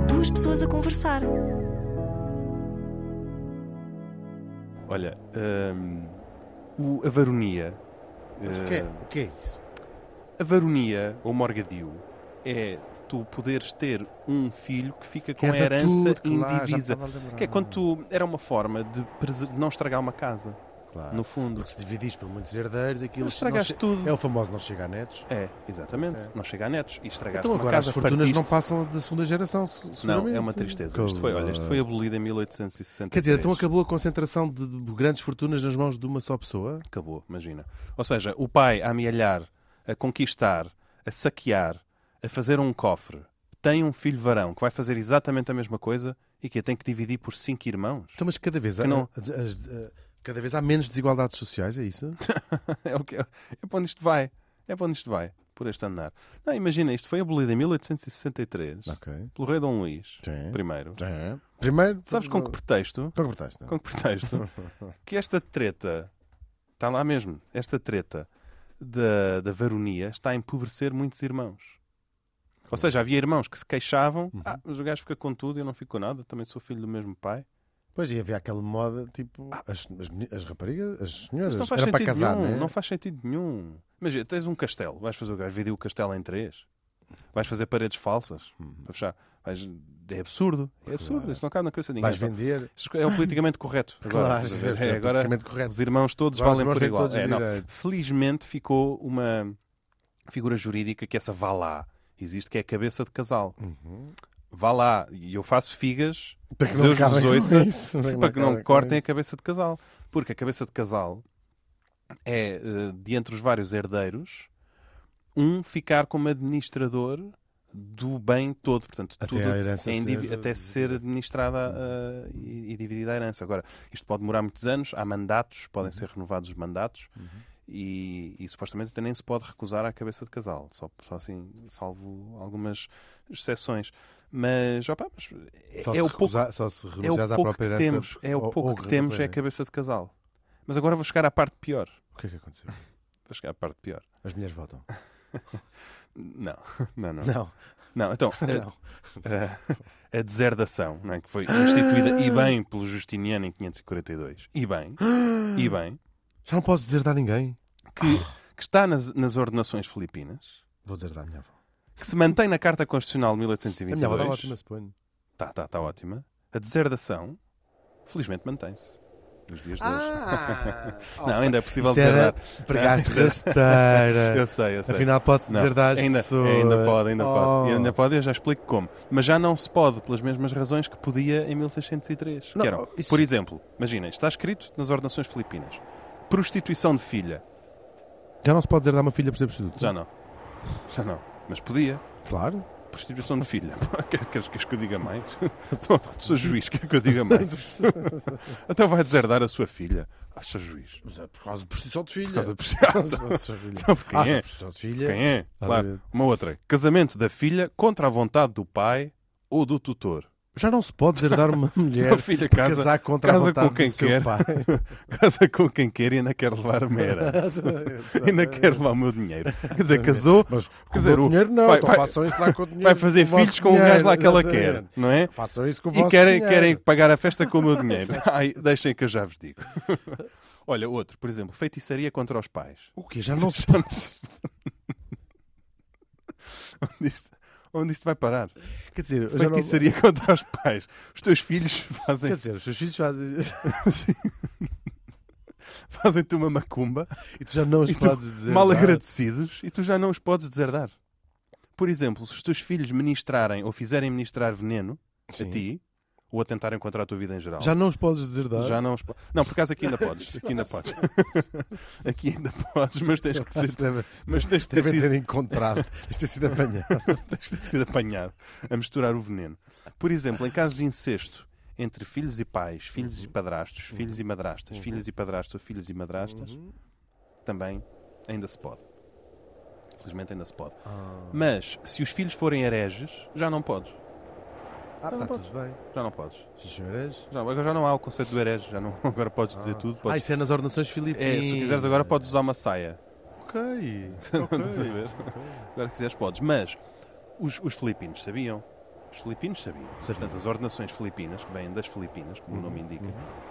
[SPEAKER 1] duas pessoas a conversar.
[SPEAKER 3] Olha, hum, o, a varonia
[SPEAKER 2] Mas o que, é, o que é isso?
[SPEAKER 3] A varonia, ou morgadio, é tu poderes ter um filho que fica com a
[SPEAKER 2] Herda
[SPEAKER 3] herança
[SPEAKER 2] tudo, claro, já
[SPEAKER 3] indivisa.
[SPEAKER 2] estava a lembrar.
[SPEAKER 3] Que é quando tu... Era uma forma de preser- não estragar uma casa,
[SPEAKER 2] Claro.
[SPEAKER 3] no fundo.
[SPEAKER 2] Porque se dividis por muitos herdeiros, aquilo
[SPEAKER 3] Mas estragaste
[SPEAKER 2] não che-
[SPEAKER 3] tudo.
[SPEAKER 2] É o famoso não chega a netos.
[SPEAKER 3] É, exatamente.
[SPEAKER 2] Pois é.
[SPEAKER 3] Não chega a netos. E estragaste
[SPEAKER 2] Então
[SPEAKER 3] uma
[SPEAKER 2] agora
[SPEAKER 3] casa,
[SPEAKER 2] as fortunas não
[SPEAKER 3] partiste.
[SPEAKER 2] passam da segunda geração. se-
[SPEAKER 3] Não,
[SPEAKER 2] seguramente.
[SPEAKER 3] é uma tristeza. Isto foi, olha, isto foi abolido em 1860.
[SPEAKER 2] Quer dizer, então acabou a concentração de de grandes fortunas nas mãos de uma só pessoa?
[SPEAKER 3] Acabou, imagina. Ou seja, o pai a amealhar, a conquistar, a saquear, a fazer um cofre, tem um filho varão que vai fazer exatamente a mesma coisa e que a tem que dividir por cinco irmãos.
[SPEAKER 2] Então, mas cada vez, há,
[SPEAKER 3] Que não-
[SPEAKER 2] as- as- eh, cada vez há menos desigualdades sociais, é
[SPEAKER 3] *laughs*
[SPEAKER 2] isso?
[SPEAKER 3] É, o que, é para onde isto vai. É para onde isto vai, por este andar. Não, imagina, isto foi abolido em 1863
[SPEAKER 2] ok.
[SPEAKER 3] pelo rei Dom Luís
[SPEAKER 2] Sim.
[SPEAKER 3] primeiro.
[SPEAKER 2] Sim. Primeiro. eh,
[SPEAKER 3] Sabes com que pretexto?
[SPEAKER 2] Com que pretexto?
[SPEAKER 3] Com que pretexto? que esta treta, está lá mesmo, esta treta da, da varonia está a empobrecer muitos irmãos. Ou seja, havia irmãos que se queixavam, ah, mas o gajo fica com tudo, eu não fico com nada, também sou filho do mesmo pai.
[SPEAKER 2] Pois, e havia aquela moda, tipo, as, as, meni- as raparigas, as senhoras,
[SPEAKER 3] Ah. Mas não faz
[SPEAKER 2] era para
[SPEAKER 3] sentido
[SPEAKER 2] casar,
[SPEAKER 3] nenhum,
[SPEAKER 2] não é?
[SPEAKER 3] não faz sentido nenhum. Imagina, tens um castelo, vais fazer o gajo dividir o castelo em três, vais fazer paredes falsas,
[SPEAKER 2] Uhum.
[SPEAKER 3] para fechar. Vais- é absurdo, é absurdo, isto não cabe na cabeça de
[SPEAKER 2] Vais
[SPEAKER 3] ninguém.
[SPEAKER 2] vender.
[SPEAKER 3] Isto É o
[SPEAKER 2] *laughs*
[SPEAKER 3] politicamente correto. Agora,
[SPEAKER 2] Claro,
[SPEAKER 3] estás a
[SPEAKER 2] é,
[SPEAKER 3] ver? É, agora
[SPEAKER 2] politicamente correto.
[SPEAKER 3] os irmãos todos
[SPEAKER 2] Agora os
[SPEAKER 3] valem
[SPEAKER 2] irmãos
[SPEAKER 3] por
[SPEAKER 2] têm
[SPEAKER 3] igual.
[SPEAKER 2] todos
[SPEAKER 3] É, não.
[SPEAKER 2] direito.
[SPEAKER 3] Felizmente ficou uma figura jurídica que é essa vá lá. Existe que é a cabeça de casal.
[SPEAKER 2] Uhum.
[SPEAKER 3] Vá lá e eu faço figas
[SPEAKER 2] Para que não
[SPEAKER 3] Zeus
[SPEAKER 2] acabem
[SPEAKER 3] nos
[SPEAKER 2] com
[SPEAKER 3] ouça,
[SPEAKER 2] isso, para que
[SPEAKER 3] para
[SPEAKER 2] não é
[SPEAKER 3] que não
[SPEAKER 2] acabem com
[SPEAKER 3] cortem a
[SPEAKER 2] isso.
[SPEAKER 3] cabeça de casal. Porque a cabeça de casal é, eh, de entre os vários herdeiros, um ficar como administrador do bem todo. Portanto,
[SPEAKER 2] Até
[SPEAKER 3] tudo
[SPEAKER 2] a herança
[SPEAKER 3] é indivi-
[SPEAKER 2] ser-
[SPEAKER 3] até ser administrada eh, e, e dividida a herança. Agora, isto pode demorar muitos anos, há mandatos, podem
[SPEAKER 2] Uhum.
[SPEAKER 3] ser renovados os mandatos. E, e, supostamente até nem se pode recusar à cabeça de casal, só, só assim, salvo algumas exceções. Mas, opa, mas é,
[SPEAKER 2] Só
[SPEAKER 3] é
[SPEAKER 2] se
[SPEAKER 3] o pouco
[SPEAKER 2] recusar- Só se
[SPEAKER 3] é o
[SPEAKER 2] renunciares à
[SPEAKER 3] pouco
[SPEAKER 2] própria
[SPEAKER 3] que
[SPEAKER 2] herança.
[SPEAKER 3] temos, é o
[SPEAKER 2] ou-
[SPEAKER 3] pouco
[SPEAKER 2] ou
[SPEAKER 3] que temos é a
[SPEAKER 2] renunciar.
[SPEAKER 3] cabeça de casal. Mas agora vou chegar à parte pior.
[SPEAKER 2] O que é que aconteceu?
[SPEAKER 3] Vou chegar à parte pior.
[SPEAKER 2] As mulheres votam.
[SPEAKER 3] Não, *laughs* não, *laughs* não.
[SPEAKER 2] Não,
[SPEAKER 3] Não, então, a-
[SPEAKER 2] *laughs* não.
[SPEAKER 3] a, a deserdação, não é? que foi instituída e bem pelo Justiniano em 542,
[SPEAKER 2] *gasps*
[SPEAKER 3] e bem, e bem,
[SPEAKER 2] Já não posso deserdar ninguém.
[SPEAKER 3] que, que está nas, nas ordenações filipinas,
[SPEAKER 2] Vou deserdar a minha avó.
[SPEAKER 3] que se mantém na Carta Constitucional de
[SPEAKER 2] A minha avó estava
[SPEAKER 3] 1822.
[SPEAKER 2] ótima, suponho.
[SPEAKER 3] Está, tá, tá ótima. A deserdação, felizmente, mantém-se. Nos dias de hoje.
[SPEAKER 2] Ah!
[SPEAKER 3] *laughs* Não, ainda é possível
[SPEAKER 2] Isto era
[SPEAKER 3] deserdar. *laughs*
[SPEAKER 2] pregaste rasteira.
[SPEAKER 3] Eu sei, eu sei.
[SPEAKER 2] Afinal, pode-se
[SPEAKER 3] Não,
[SPEAKER 2] deserdar as
[SPEAKER 3] ainda,
[SPEAKER 2] pessoas.
[SPEAKER 3] Ainda pode, ainda
[SPEAKER 2] Oh.
[SPEAKER 3] pode. E Ainda pode, eu já explico como. Mas já não se pode pelas mesmas razões que podia em 1603.
[SPEAKER 2] Não, oh,
[SPEAKER 3] que eram,
[SPEAKER 2] isso-
[SPEAKER 3] Por exemplo, imagina, está escrito nas ordenações filipinas. Prostituição de filha.
[SPEAKER 2] Já não se pode deserdar uma filha por ser prostituta?
[SPEAKER 3] Já não. Já não. Mas podia.
[SPEAKER 2] Claro.
[SPEAKER 3] Prostituição de filha. *laughs* Quer- Queres, queres que eu diga mais? *laughs* Sou- Sou juiz, quer que eu diga mais? *laughs* Então vai deserdar a sua filha. Ah, sou juiz.
[SPEAKER 2] Mas é por causa de prostituição de filha. Por
[SPEAKER 3] causa de
[SPEAKER 2] prostituição de filha.
[SPEAKER 3] Quem
[SPEAKER 2] Ah,
[SPEAKER 3] é?
[SPEAKER 2] prostituição de filha.
[SPEAKER 3] Quem é?
[SPEAKER 2] Ah,
[SPEAKER 3] Claro.
[SPEAKER 2] verdade.
[SPEAKER 3] Uma outra. Casamento da filha contra a vontade do pai ou do tutor.
[SPEAKER 2] Já não se pode deserdar
[SPEAKER 3] *laughs*
[SPEAKER 2] uma mulher
[SPEAKER 3] A filha
[SPEAKER 2] por
[SPEAKER 3] casa-
[SPEAKER 2] casar contra
[SPEAKER 3] casa
[SPEAKER 2] a vontade
[SPEAKER 3] com quem
[SPEAKER 2] do seu
[SPEAKER 3] *laughs* quer.
[SPEAKER 2] pai.
[SPEAKER 3] casa com quem quer e ainda quer levar mera.
[SPEAKER 2] *laughs*
[SPEAKER 3] ainda quer levar o meu dinheiro. Quer dizer, casou,
[SPEAKER 2] Mas com
[SPEAKER 3] Quer dizer,
[SPEAKER 2] o meu
[SPEAKER 3] o-
[SPEAKER 2] dinheiro não.
[SPEAKER 3] vai-
[SPEAKER 2] então
[SPEAKER 3] vai-
[SPEAKER 2] façam isso lá com o dinheiro.
[SPEAKER 3] vai fazer
[SPEAKER 2] vosso
[SPEAKER 3] filhos com o
[SPEAKER 2] dinheiro,
[SPEAKER 3] gajo lá que ela quer,
[SPEAKER 2] exatamente.
[SPEAKER 3] não é?
[SPEAKER 2] Façam isso com o vosso
[SPEAKER 3] E querem,
[SPEAKER 2] dinheiro.
[SPEAKER 3] querem pagar a festa com o
[SPEAKER 2] *laughs*
[SPEAKER 3] meu dinheiro. Ai, deixem que eu já vos digo. *laughs* Olha, outro, por exemplo, feitiçaria contra os pais. *laughs*
[SPEAKER 2] O quê? Já não se
[SPEAKER 3] Já não se- onde, isto, onde isto vai parar?
[SPEAKER 2] Quer dizer, já não-
[SPEAKER 3] Feitiçaria contra os pais. Os teus filhos *laughs*
[SPEAKER 2] Quer
[SPEAKER 3] fazem,
[SPEAKER 2] dizer, os seus filhos fazem.
[SPEAKER 3] *laughs* fazem-te uma macumba
[SPEAKER 2] E tu já não os
[SPEAKER 3] E tu,
[SPEAKER 2] podes dizer.
[SPEAKER 3] mal
[SPEAKER 2] nada.
[SPEAKER 3] agradecidos e tu já não os podes deserdar. Por exemplo, se os teus filhos ministrarem ou fizerem ministrar veneno
[SPEAKER 2] Sim.
[SPEAKER 3] a ti ou atentarem contra a tua vida em geral,
[SPEAKER 2] Já não os podes deserdar.
[SPEAKER 3] já não os po- Não, por acaso aqui ainda *laughs* podes. Aqui ainda podes. aqui ainda podes, mas tens
[SPEAKER 2] *laughs*
[SPEAKER 3] que
[SPEAKER 2] Isto
[SPEAKER 3] ser,
[SPEAKER 2] deve-
[SPEAKER 3] mas tens que ter
[SPEAKER 2] Devem
[SPEAKER 3] sido,
[SPEAKER 2] ter encontrado. Isto tem sido
[SPEAKER 3] *laughs*
[SPEAKER 2] apanhado.
[SPEAKER 3] tens que ter sido apanhado a misturar o veneno. Por exemplo, em caso de incesto entre filhos e pais, filhos e padrastos, filhos e madrastas, filhos e padrastos ou filhos e madrastas, também ainda se pode. Felizmente ainda se pode. Mas se os filhos forem hereges, já não podes.
[SPEAKER 2] Ah,
[SPEAKER 3] não
[SPEAKER 2] está
[SPEAKER 3] podes.
[SPEAKER 2] tudo bem.
[SPEAKER 3] Já não podes.
[SPEAKER 2] Sim, senhores.
[SPEAKER 3] Já, agora já não há o conceito do herege. Já não, *laughs* agora podes dizer tudo.
[SPEAKER 2] Ah,
[SPEAKER 3] Podes,
[SPEAKER 2] isso é nas ordenações
[SPEAKER 3] é,
[SPEAKER 2] filipinas.
[SPEAKER 3] se tu quiseres agora podes usar uma saia.
[SPEAKER 2] Ok.
[SPEAKER 3] *laughs*
[SPEAKER 2] é.
[SPEAKER 3] Estás a ver? Agora que quiseres podes. Mas os, os filipinos sabiam. Os filipinos sabiam. Portanto, as ordenações filipinas, que vêm das Filipinas, como
[SPEAKER 2] Uhum.
[SPEAKER 3] o nome indica,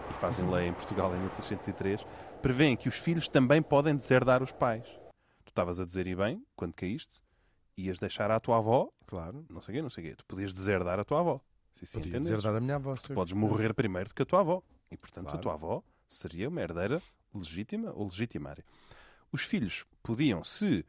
[SPEAKER 3] e fazem lei em Portugal em 1603, prevêem que os filhos também podem deserdar os pais. Tu estavas a dizer, e bem, quando caíste, ias deixar à tua avó,
[SPEAKER 2] Claro.
[SPEAKER 3] não sei o quê, não sei o quê. Tu podias deserdar a tua avó. Se isso
[SPEAKER 2] Podia
[SPEAKER 3] entendes.
[SPEAKER 2] deserdar a minha avó.
[SPEAKER 3] Tu podes morrer primeiro do que a tua avó. E, portanto, a
[SPEAKER 2] Claro.
[SPEAKER 3] tua avó seria uma herdeira legítima ou legitimária. Os filhos podiam, se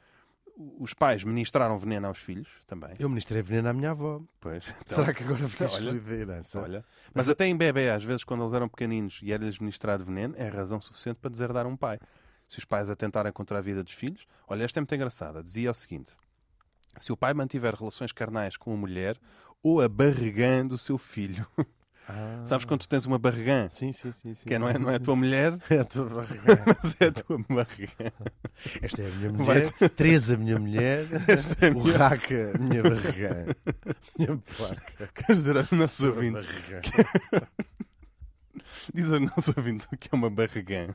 [SPEAKER 3] os pais ministraram veneno aos filhos, também.
[SPEAKER 2] Eu ministrei veneno à minha avó.
[SPEAKER 3] Pois, então,
[SPEAKER 2] Será que agora fica
[SPEAKER 3] *laughs* olha,
[SPEAKER 2] excluído da herança?
[SPEAKER 3] Olha. Mas até em bebê, às vezes, quando eles eram pequeninos e era-lhes ministrado veneno, é razão suficiente para deserdar um pai. Se os pais atentarem contra a vida dos filhos... Olha, esta é muito engraçada. Dizia o seguinte. Se o pai mantiver relações carnais com a mulher ou abarregando o seu filho...
[SPEAKER 2] Ah.
[SPEAKER 3] *laughs* Sabes quando tu tens uma barrigã?
[SPEAKER 2] Sim, sim, sim. sim.
[SPEAKER 3] Que não é, não é a tua mulher,
[SPEAKER 2] É a tua barriga.
[SPEAKER 3] mas é a
[SPEAKER 2] *laughs*
[SPEAKER 3] tua barriga.
[SPEAKER 2] Esta é a minha mulher, Teresa, minha mulher, o Raca, minha barriga. Minha placa.
[SPEAKER 3] Queres dizer aos nossos ouvintes?
[SPEAKER 2] Barriga.
[SPEAKER 3] Diz aos nossos ouvintes o que é uma barrigã.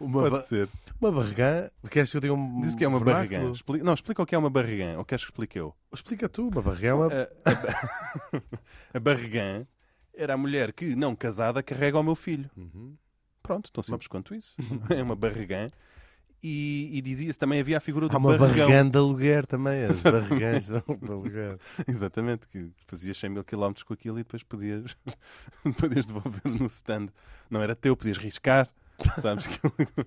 [SPEAKER 2] Uma,
[SPEAKER 3] Pode
[SPEAKER 2] ba
[SPEAKER 3] ser.
[SPEAKER 2] uma barrigã. Queres que eu diga um.
[SPEAKER 3] Diz que é uma
[SPEAKER 2] vernáculo?
[SPEAKER 3] barrigã. Expli- Não, explica o que é uma barrigã. Ou queres que explique eu?
[SPEAKER 2] Explica tu, uma barrigã é uma.
[SPEAKER 3] *laughs* A barrigã era a mulher que, não casada, carrega o meu filho.
[SPEAKER 2] Uhum.
[SPEAKER 3] Pronto, tão simples
[SPEAKER 2] *laughs*
[SPEAKER 3] quanto isso. É uma barrigã. E, e dizia-se também havia a figura do
[SPEAKER 2] Há uma
[SPEAKER 3] barrigão.
[SPEAKER 2] barrigã de aluguer também. As barrigãs de aluguer.
[SPEAKER 3] *laughs* Exatamente, que fazias 100 mil quilómetros com aquilo e depois podias, *laughs* podias devolver no stand. Não era teu, podias riscar. Sabes que *laughs*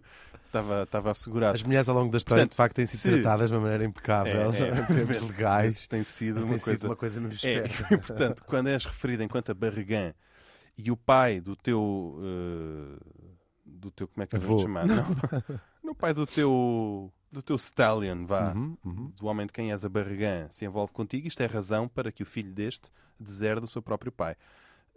[SPEAKER 3] estava, estava assegurado.
[SPEAKER 2] As mulheres ao longo da história,
[SPEAKER 3] Portanto,
[SPEAKER 2] de facto, têm sido
[SPEAKER 3] se-
[SPEAKER 2] tratadas de uma maneira impecável. em *laughs* termos
[SPEAKER 3] esse-
[SPEAKER 2] legais.
[SPEAKER 3] esse É, Tem sido
[SPEAKER 2] Tem
[SPEAKER 3] uma
[SPEAKER 2] sido
[SPEAKER 3] coisa.
[SPEAKER 2] uma coisa mesmo
[SPEAKER 3] É,
[SPEAKER 2] esperta.
[SPEAKER 3] e, *laughs* portanto, quando és referido enquanto a barrigã e o pai do teu. eh, do teu. Como é que eu vou
[SPEAKER 2] Avô.
[SPEAKER 3] chamar? Não, *laughs* no pai do teu. do teu stallion, vá.
[SPEAKER 2] Uhum, uhum.
[SPEAKER 3] do homem de quem és a barrigã se envolve contigo, isto é razão para que o filho deste deserde o seu próprio pai.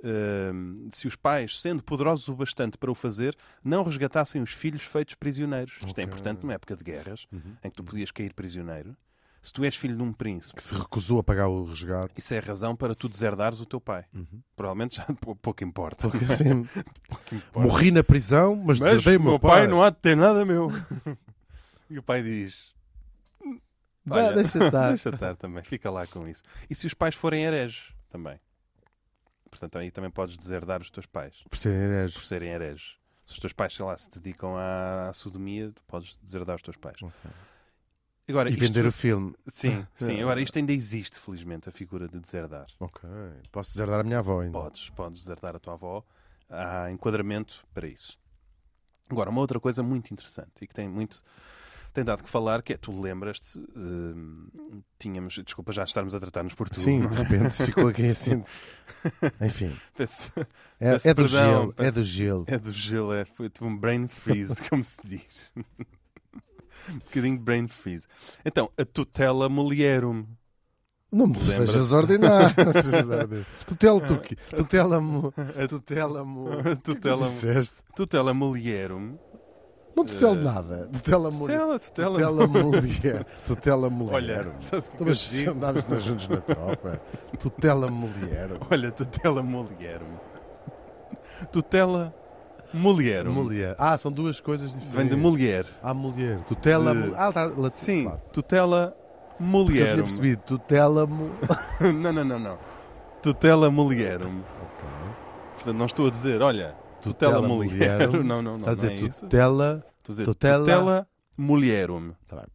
[SPEAKER 3] Hum, se os pais, sendo poderosos o bastante para o fazer, não resgatassem os filhos feitos prisioneiros. Isto é
[SPEAKER 2] Ok.
[SPEAKER 3] importante numa época de guerras,
[SPEAKER 2] Uhum.
[SPEAKER 3] em que tu podias cair prisioneiro. Se tu és filho de um príncipe,
[SPEAKER 2] Que se recusou a pagar o resgate.
[SPEAKER 3] isso é razão para tu deserdares o teu pai.
[SPEAKER 2] Uhum.
[SPEAKER 3] Provavelmente já *laughs* pou- pouco importa. *laughs*
[SPEAKER 2] Porque assim,
[SPEAKER 3] Pouco importa.
[SPEAKER 2] morri na prisão, mas,
[SPEAKER 3] Mas
[SPEAKER 2] deserdei o meu pai.
[SPEAKER 3] não é- há de ter nada meu.
[SPEAKER 2] *laughs*
[SPEAKER 3] e o pai diz:
[SPEAKER 2] Vá,
[SPEAKER 3] Olha,
[SPEAKER 2] deixa estar.
[SPEAKER 3] *laughs* Deixa estar também, fica lá com isso. E se os pais forem hereges também? Portanto, aí também podes deserdar os teus pais
[SPEAKER 2] Por serem
[SPEAKER 3] por
[SPEAKER 2] hereges.
[SPEAKER 3] serem hereges. Se os teus pais, sei lá, se dedicam à, à sodomia, tu podes deserdar os teus pais. Agora,
[SPEAKER 2] E
[SPEAKER 3] isto-
[SPEAKER 2] vender o É. filme. *laughs*
[SPEAKER 3] Sim, sim. Agora, isto ainda existe, felizmente, a figura de deserdar.
[SPEAKER 2] Ok. Posso deserdar a minha avó ainda.
[SPEAKER 3] Podes, podes desertar a tua avó. Há enquadramento para isso. Agora, uma outra coisa muito interessante e que tem muito. Tem dado que falar, que é, tu lembras-te, hum, tínhamos, desculpa já estarmos a tratar-nos por tu,
[SPEAKER 2] Sim,
[SPEAKER 3] não é? *laughs*
[SPEAKER 2] de repente ficou aqui assim. Enfim,
[SPEAKER 3] Peço-
[SPEAKER 2] é,
[SPEAKER 3] Peço
[SPEAKER 2] é do
[SPEAKER 3] perdão,
[SPEAKER 2] gelo, é
[SPEAKER 3] peço-
[SPEAKER 2] do
[SPEAKER 3] *laughs*
[SPEAKER 2] gelo.
[SPEAKER 3] É do gelo, é. Foi tive um brain freeze, *laughs* como se diz. um bocadinho de brain freeze. Então, a tutela mulherum.
[SPEAKER 2] Não me
[SPEAKER 3] Lembra-se.
[SPEAKER 2] sejas ordinário. não
[SPEAKER 3] *laughs*
[SPEAKER 2] sejas ordinário. Tutela tu que- tutela-mo,
[SPEAKER 3] A tu- *laughs*
[SPEAKER 2] tutela-mo. O que é que tu *laughs*
[SPEAKER 3] tutela,
[SPEAKER 2] disseste?
[SPEAKER 3] tutela mulherum.
[SPEAKER 2] Não tutela
[SPEAKER 3] Eh,
[SPEAKER 2] nada. Tutela mulher.
[SPEAKER 3] Tutela, tutela.
[SPEAKER 2] Tutela mulher. Tutela mulher.
[SPEAKER 3] Olha, sabes o que é
[SPEAKER 2] Então,
[SPEAKER 3] que eu
[SPEAKER 2] mas
[SPEAKER 3] te
[SPEAKER 2] se
[SPEAKER 3] digo?
[SPEAKER 2] andámos nós juntos na tropa. Tutela mulher.
[SPEAKER 3] Olha, tutela mulherum. Tutela mulherum.
[SPEAKER 2] Mulher. Ah, são duas coisas diferentes.
[SPEAKER 3] Vem de mulher.
[SPEAKER 2] Ah, mulher. Tutela.
[SPEAKER 3] De-
[SPEAKER 2] mu- Ah, tá, latim,
[SPEAKER 3] Sim,
[SPEAKER 2] claro.
[SPEAKER 3] tutela
[SPEAKER 2] Porque Eu tinha
[SPEAKER 3] mulherum.
[SPEAKER 2] percebido. *laughs* Tutela. mu-
[SPEAKER 3] não, não, não, não. Tutela mulherum.
[SPEAKER 2] Ok.
[SPEAKER 3] Portanto, não estou a dizer, olha, tutela
[SPEAKER 2] *laughs* Tutela
[SPEAKER 3] mulherum.
[SPEAKER 2] mulherum.
[SPEAKER 3] *laughs* Não, não, não.
[SPEAKER 2] Estás a
[SPEAKER 3] não é
[SPEAKER 2] dizer
[SPEAKER 3] isso.
[SPEAKER 2] tutela.
[SPEAKER 3] Estou a dizer, tutela,
[SPEAKER 2] Tutela-
[SPEAKER 3] mulherum.
[SPEAKER 2] Tá bem.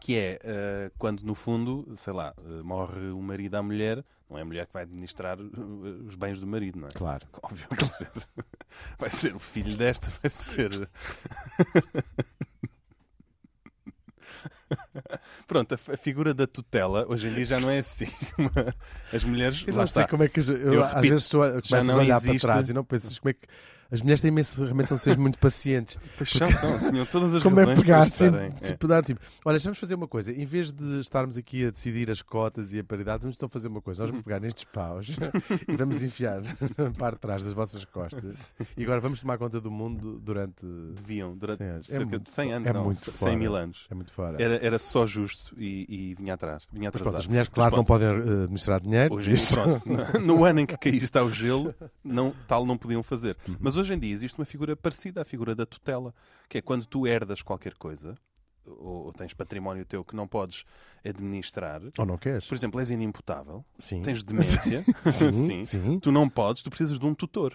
[SPEAKER 3] Que é eh, quando, no fundo, sei lá, eh, morre o marido à mulher, não é a mulher que vai administrar eh, os bens do marido, não é?
[SPEAKER 2] Claro.
[SPEAKER 3] *laughs* Óbvio que vai ser, vai ser o filho desta, vai ser. Pronto, a, f- a figura da tutela hoje em dia já não é assim. As mulheres.
[SPEAKER 2] Eu
[SPEAKER 3] lá
[SPEAKER 2] não sei
[SPEAKER 3] está.
[SPEAKER 2] como é que. Eu,
[SPEAKER 3] Eu
[SPEAKER 2] às
[SPEAKER 3] repito,
[SPEAKER 2] vezes estou a, começas
[SPEAKER 3] não
[SPEAKER 2] a olhar
[SPEAKER 3] existe-
[SPEAKER 2] para trás e não pensas como é que. As mulheres têm imenso. Realmente são seres muito pacientes.
[SPEAKER 3] Pois são, são, tinham todas as
[SPEAKER 2] como é
[SPEAKER 3] razões
[SPEAKER 2] pegar,
[SPEAKER 3] para estarem,
[SPEAKER 2] sim,
[SPEAKER 3] é.
[SPEAKER 2] tipo, dar tipo, olha, vamos fazer uma coisa, em vez de estarmos aqui a decidir as cotas e a paridade, vamos então fazer uma coisa, nós vamos pegar nestes paus *laughs* e vamos enfiar para trás das vossas costas e agora vamos tomar conta do mundo durante...
[SPEAKER 3] Deviam, durante
[SPEAKER 2] Sim, é
[SPEAKER 3] cerca
[SPEAKER 2] muito
[SPEAKER 3] de 100 anos,
[SPEAKER 2] é
[SPEAKER 3] não,
[SPEAKER 2] muito
[SPEAKER 3] 100
[SPEAKER 2] fora.
[SPEAKER 3] mil anos.
[SPEAKER 2] É muito fora.
[SPEAKER 3] Era, era só justo e, e vinha atrás. Vinha
[SPEAKER 2] Mas
[SPEAKER 3] atrasado.
[SPEAKER 2] pronto, as mulheres, claro, não
[SPEAKER 3] pronto.
[SPEAKER 2] podem eh, administrar dinheiro,
[SPEAKER 3] Hoje, em dia,
[SPEAKER 2] isto-
[SPEAKER 3] pronto,
[SPEAKER 2] *laughs*
[SPEAKER 3] no, no ano em que caíste ao gelo, não, tal não podiam fazer.
[SPEAKER 2] Uhum.
[SPEAKER 3] Mas hoje em dia existe uma figura parecida à figura da tutela, que é quando tu herdas qualquer coisa, ou, ou tens património teu que não podes administrar,
[SPEAKER 2] Ou não queres?
[SPEAKER 3] por exemplo, és inimputável,
[SPEAKER 2] Sim.
[SPEAKER 3] tens demência,
[SPEAKER 2] *laughs* Sim,
[SPEAKER 3] *laughs* sim.
[SPEAKER 2] sim,
[SPEAKER 3] tu não podes, tu precisas de um tutor.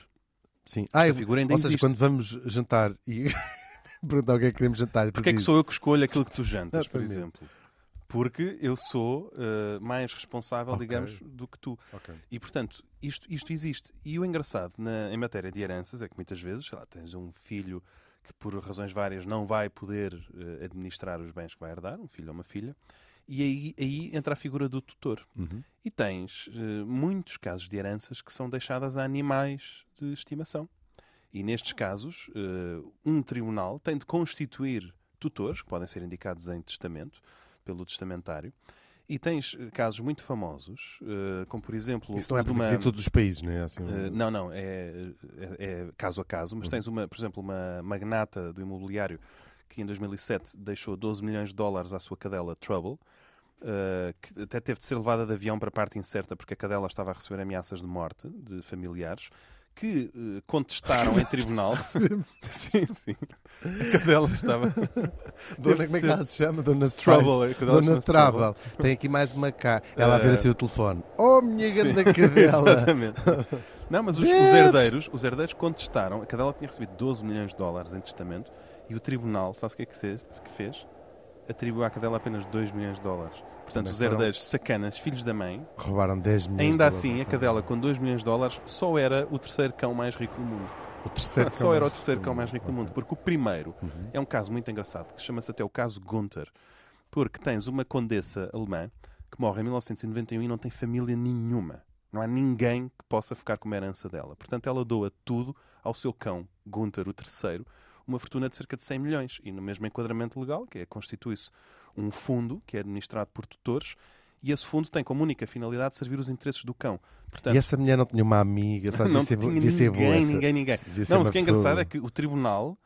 [SPEAKER 2] sim. Ah,
[SPEAKER 3] Esta
[SPEAKER 2] eu-
[SPEAKER 3] figura ainda
[SPEAKER 2] ou seja,
[SPEAKER 3] existe.
[SPEAKER 2] quando vamos jantar e *laughs* perguntar o que é que queremos jantar e tu
[SPEAKER 3] Porquê é que
[SPEAKER 2] dizes,
[SPEAKER 3] sou eu que escolho aquilo que tu jantas, por
[SPEAKER 2] Exatamente.
[SPEAKER 3] exemplo? Porque eu sou eh, mais responsável,
[SPEAKER 2] Ok.
[SPEAKER 3] digamos, do que tu.
[SPEAKER 2] Ok.
[SPEAKER 3] E, portanto, isto, isto existe. E o engraçado na- em matéria de heranças é que muitas vezes sei lá, tens um filho que, por razões várias, não vai poder eh, administrar os bens que vai herdar, um filho ou uma filha, e aí, aí entra a figura do tutor.
[SPEAKER 2] Uhum.
[SPEAKER 3] E tens eh, muitos casos de heranças que são deixadas a animais de estimação. E nestes casos, eh, um tribunal tem de constituir tutores, que podem ser indicados em testamento, pelo testamentário. E tens eh, casos muito famosos, eh, como por exemplo.
[SPEAKER 2] Isso não é
[SPEAKER 3] de
[SPEAKER 2] para
[SPEAKER 3] uma-
[SPEAKER 2] em todos os países, não é? Assim, Uhum.
[SPEAKER 3] eh, não, não, é, é- é caso a caso, mas tens, uma, por exemplo, uma magnata do imobiliário que em 2007 deixou 12 milhões de dólares à sua cadela Trouble, eh, que até teve de ser levada de avião para a parte incerta porque a cadela estava a receber ameaças de morte de familiares que eh,
[SPEAKER 2] *laughs*
[SPEAKER 3] contestaram em tribunal. *laughs* sim, sim. A cadela
[SPEAKER 2] *laughs*
[SPEAKER 3] estava.
[SPEAKER 2] Dona,
[SPEAKER 3] Teve
[SPEAKER 2] como é
[SPEAKER 3] de
[SPEAKER 2] que
[SPEAKER 3] ser-
[SPEAKER 2] ela se chama? Dona
[SPEAKER 3] Trouble,
[SPEAKER 2] Trouble.
[SPEAKER 3] é que ela
[SPEAKER 2] Dona
[SPEAKER 3] chama-se Trouble.
[SPEAKER 2] Trouble. Tem aqui mais uma cá. Ela a
[SPEAKER 3] Eh,
[SPEAKER 2] ver assim o telefone. Oh, minha
[SPEAKER 3] Sim, *laughs*
[SPEAKER 2] grande cadela.
[SPEAKER 3] Exatamente. Não, mas os, os
[SPEAKER 2] Bitch!
[SPEAKER 3] herdeiros, os herdeiros contestaram, a cadela tinha recebido 12 milhões de dólares em testamento e o tribunal, sabes o que é que fez? Que fez? Atribuiu à cadela apenas 2 milhões de dólares. Portanto,
[SPEAKER 2] Também
[SPEAKER 3] os
[SPEAKER 2] foram-
[SPEAKER 3] herdeiros sacanas, filhos da mãe,
[SPEAKER 2] Roubaram 10 milhões.
[SPEAKER 3] ainda
[SPEAKER 2] de
[SPEAKER 3] assim, a
[SPEAKER 2] dólares.
[SPEAKER 3] cadela com 2 milhões de dólares só era o terceiro cão mais rico do mundo.
[SPEAKER 2] O terceiro
[SPEAKER 3] Só era o terceiro cão mais rico do mundo, porque o primeiro é um caso muito engraçado, que chama-se até o caso Gunther, porque tens uma condessa alemã que morre em 1991 e não tem família nenhuma. Não há ninguém que possa ficar com uma herança dela. Portanto, ela doa tudo ao seu cão, Gunther, o terceiro, uma fortuna de cerca de 100 milhões. E no mesmo enquadramento legal, que é constitui-se um fundo que é administrado por tutores, e esse fundo tem como única finalidade servir os interesses do cão. Portanto,
[SPEAKER 2] E essa mulher não tinha uma amiga, sabe? é
[SPEAKER 3] não
[SPEAKER 2] devia ser,
[SPEAKER 3] tinha
[SPEAKER 2] devia ser boa
[SPEAKER 3] ninguém,
[SPEAKER 2] essa-
[SPEAKER 3] ninguém, ninguém.
[SPEAKER 2] devia ser
[SPEAKER 3] Não,
[SPEAKER 2] uma
[SPEAKER 3] mas o que é
[SPEAKER 2] pessoa-
[SPEAKER 3] engraçado é que o tribunal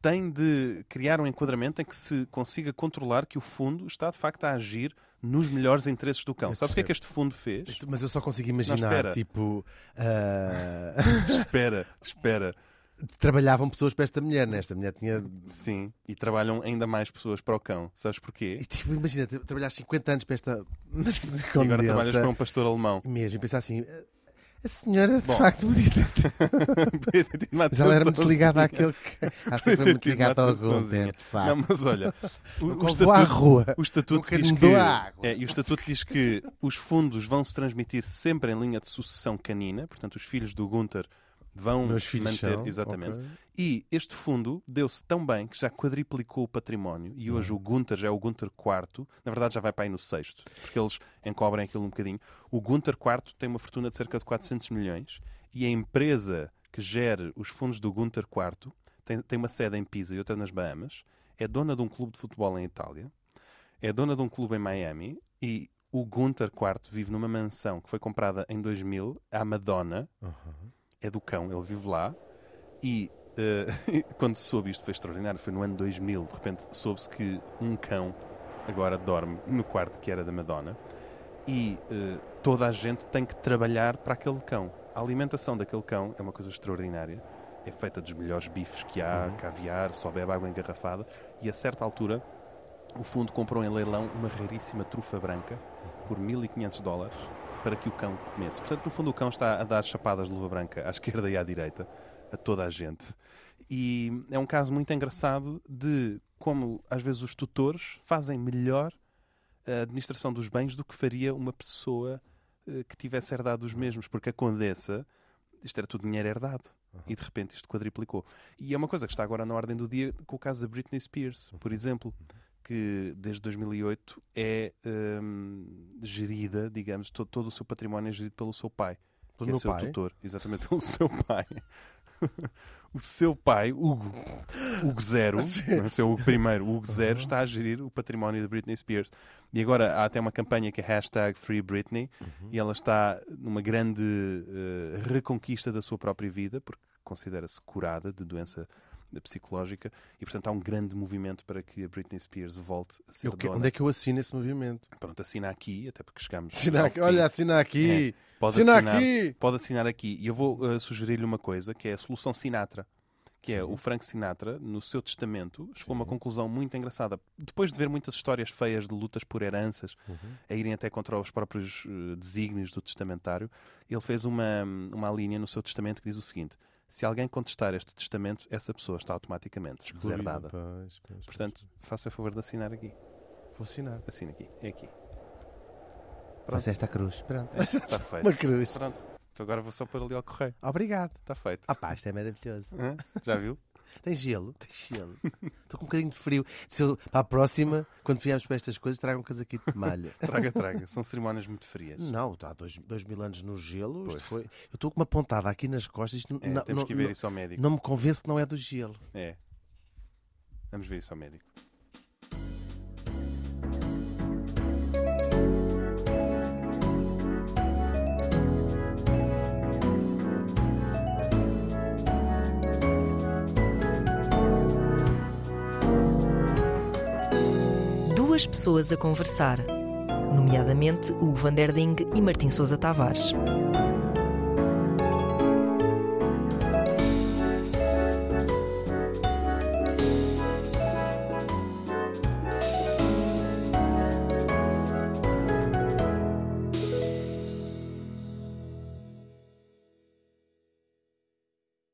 [SPEAKER 3] tem de criar um enquadramento em que se consiga controlar que o fundo está de facto a agir nos melhores interesses do cão.
[SPEAKER 2] Eu
[SPEAKER 3] Sabes o que é que este fundo fez?
[SPEAKER 2] Mas eu só consigo imaginar,
[SPEAKER 3] espera.
[SPEAKER 2] tipo, ah, *laughs*
[SPEAKER 3] espera, espera.
[SPEAKER 2] trabalhavam pessoas para esta mulher, né? Esta mulher tinha.
[SPEAKER 3] Sim, e trabalham ainda mais pessoas para o cão. Sabes porquê?
[SPEAKER 2] E, tipo, imagina, tra- trabalhar 50 anos para esta *laughs*
[SPEAKER 3] E agora trabalhas
[SPEAKER 2] condensa.
[SPEAKER 3] para um
[SPEAKER 2] *laughs*
[SPEAKER 3] pastor alemão.
[SPEAKER 2] Mesmo, e pensar assim, "Ah, a senhora de
[SPEAKER 3] Bom.
[SPEAKER 2] facto podia ter Mas ela era muito ligada àquele *laughs* que.
[SPEAKER 3] *laughs*
[SPEAKER 2] Ela sempre foi muito
[SPEAKER 3] Podia ter tido
[SPEAKER 2] ligada ao
[SPEAKER 3] uma atençãozinha.
[SPEAKER 2] Gunther, de
[SPEAKER 3] Não,
[SPEAKER 2] facto. *laughs*
[SPEAKER 3] mas olha, o, o
[SPEAKER 2] Nunca vou à
[SPEAKER 3] estatuto
[SPEAKER 2] rua.
[SPEAKER 3] O estatuto
[SPEAKER 2] Nunca
[SPEAKER 3] diz
[SPEAKER 2] lhe
[SPEAKER 3] que
[SPEAKER 2] dou a água.
[SPEAKER 3] é, e o estatuto diz que os fundos vão se transmitir sempre em linha de sucessão canina, portanto os filhos do Gunther vão
[SPEAKER 2] Meus filhos
[SPEAKER 3] manter
[SPEAKER 2] são,
[SPEAKER 3] exatamente.
[SPEAKER 2] ok.
[SPEAKER 3] E este fundo deu-se tão bem que já quadriplicou o património e hoje
[SPEAKER 2] Hum.
[SPEAKER 3] o Gunther já é o Gunther IV, na verdade já vai para aí no sexto, porque eles encobrem aquilo um bocadinho. O Gunther IV tem uma fortuna de cerca de 400 milhões e a empresa que gere os fundos do Gunther IV tem, tem uma sede em Pisa e outra nas Bahamas, é dona de um clube de futebol em Itália, é dona de um clube em Miami e o Gunther IV vive numa mansão que foi comprada em 2000 à Madonna. É do cão, ele vive lá. E eh, *laughs* quando se soube isto foi extraordinário, foi no ano 2000, de repente soube-se que um cão agora dorme no quarto que era da Madonna. E eh, toda a gente tem que trabalhar para aquele cão. A alimentação daquele cão é uma coisa extraordinária. É feita dos melhores bifes que há, caviar, só bebe água engarrafada. E a certa altura, o fundo comprou em leilão uma raríssima trufa branca por 1500 dólares para que o cão comesse. Portanto, no fundo, o cão está a dar chapadas de luva branca à *laughs* esquerda e à direita a toda a gente. E é um caso muito engraçado de como, às vezes, os tutores fazem melhor a administração dos bens do que faria uma pessoa eh, que tivesse herdado
[SPEAKER 2] Uhum.
[SPEAKER 3] os mesmos, porque a condessa, isto era tudo dinheiro herdado.
[SPEAKER 2] Uhum.
[SPEAKER 3] E de repente isto quadriplicou. E é uma coisa que está agora na ordem do dia com o caso da Britney Spears,
[SPEAKER 2] Uhum.
[SPEAKER 3] por exemplo, que desde 2008 é hum, gerida, digamos, todo, todo o seu património é gerido pelo seu pai,
[SPEAKER 2] Pelo
[SPEAKER 3] que
[SPEAKER 2] meu
[SPEAKER 3] é seu
[SPEAKER 2] pai?
[SPEAKER 3] tutor, exatamente *laughs* pelo seu pai. o seu pai, Hugo,
[SPEAKER 2] *laughs*
[SPEAKER 3] Hugo Zero, não é o seu Hugo primeiro, o Hugo Zero está a gerir o património da Britney Spears. E agora há até uma campanha que é hashtag Free Britney
[SPEAKER 2] Uhum.
[SPEAKER 3] e ela está numa grande eh, reconquista da sua própria vida, porque considera-se curada de doença psicológica e portanto há um grande movimento para que a Britney Spears volte a ser
[SPEAKER 2] Eu que-
[SPEAKER 3] dona.
[SPEAKER 2] onde é que eu assino esse *laughs* movimento?
[SPEAKER 3] Pronto, assina aqui, até porque chegamos
[SPEAKER 2] Assina
[SPEAKER 3] ao
[SPEAKER 2] aqui,
[SPEAKER 3] fim.
[SPEAKER 2] olha, assina aqui.
[SPEAKER 3] Pode
[SPEAKER 2] Assina
[SPEAKER 3] assinar,
[SPEAKER 2] aqui!
[SPEAKER 3] Pode assinar aqui. E eu vou eh, sugerir-lhe uma coisa, que é a solução Sinatra, que é o Frank Sinatra, no seu testamento, chegou a uma conclusão muito engraçada. Depois de ver muitas histórias feias de lutas por heranças,
[SPEAKER 2] Uhum.
[SPEAKER 3] a irem até contra os próprios eh, desígnios do testamentário, ele fez uma, uma linha no seu testamento que diz o seguinte: se alguém contestar este testamento, essa pessoa está automaticamente deserdada.
[SPEAKER 2] Pois, pois, pois.
[SPEAKER 3] Portanto, faça favor de assinar aqui.
[SPEAKER 2] Vou assinar.
[SPEAKER 3] Assina aqui. É aqui.
[SPEAKER 2] Faz esta cruz. Pronto.
[SPEAKER 3] Está feito.
[SPEAKER 2] Uma *laughs* cruz.
[SPEAKER 3] Pronto. Então agora vou só pôr ali ao correio.
[SPEAKER 2] Obrigado.
[SPEAKER 3] Está feito.
[SPEAKER 2] Ah pá, isto é maravilhoso.
[SPEAKER 3] Hã? Já viu?
[SPEAKER 2] Tem gelo? *laughs* Tem gelo. Estou com um bocadinho de frio. Se eu, para a próxima, quando viemos para estas coisas, traga um casaquinho de malha.
[SPEAKER 3] Traga, traga. São cerimónias muito
[SPEAKER 2] *laughs*
[SPEAKER 3] frias.
[SPEAKER 2] Não, está há dois, dois mil anos no gelo. Isto foi... Eu estou com uma pontada aqui nas costas. Isto
[SPEAKER 3] É,
[SPEAKER 2] não,
[SPEAKER 3] temos
[SPEAKER 2] não-
[SPEAKER 3] que ver
[SPEAKER 2] não-
[SPEAKER 3] isso ao médico.
[SPEAKER 2] não me convence que não é do gelo.
[SPEAKER 3] É. Vamos ver isso ao médico.
[SPEAKER 1] Duas pessoas a conversar, nomeadamente Hugo Van der Ding e Martim Sousa Tavares.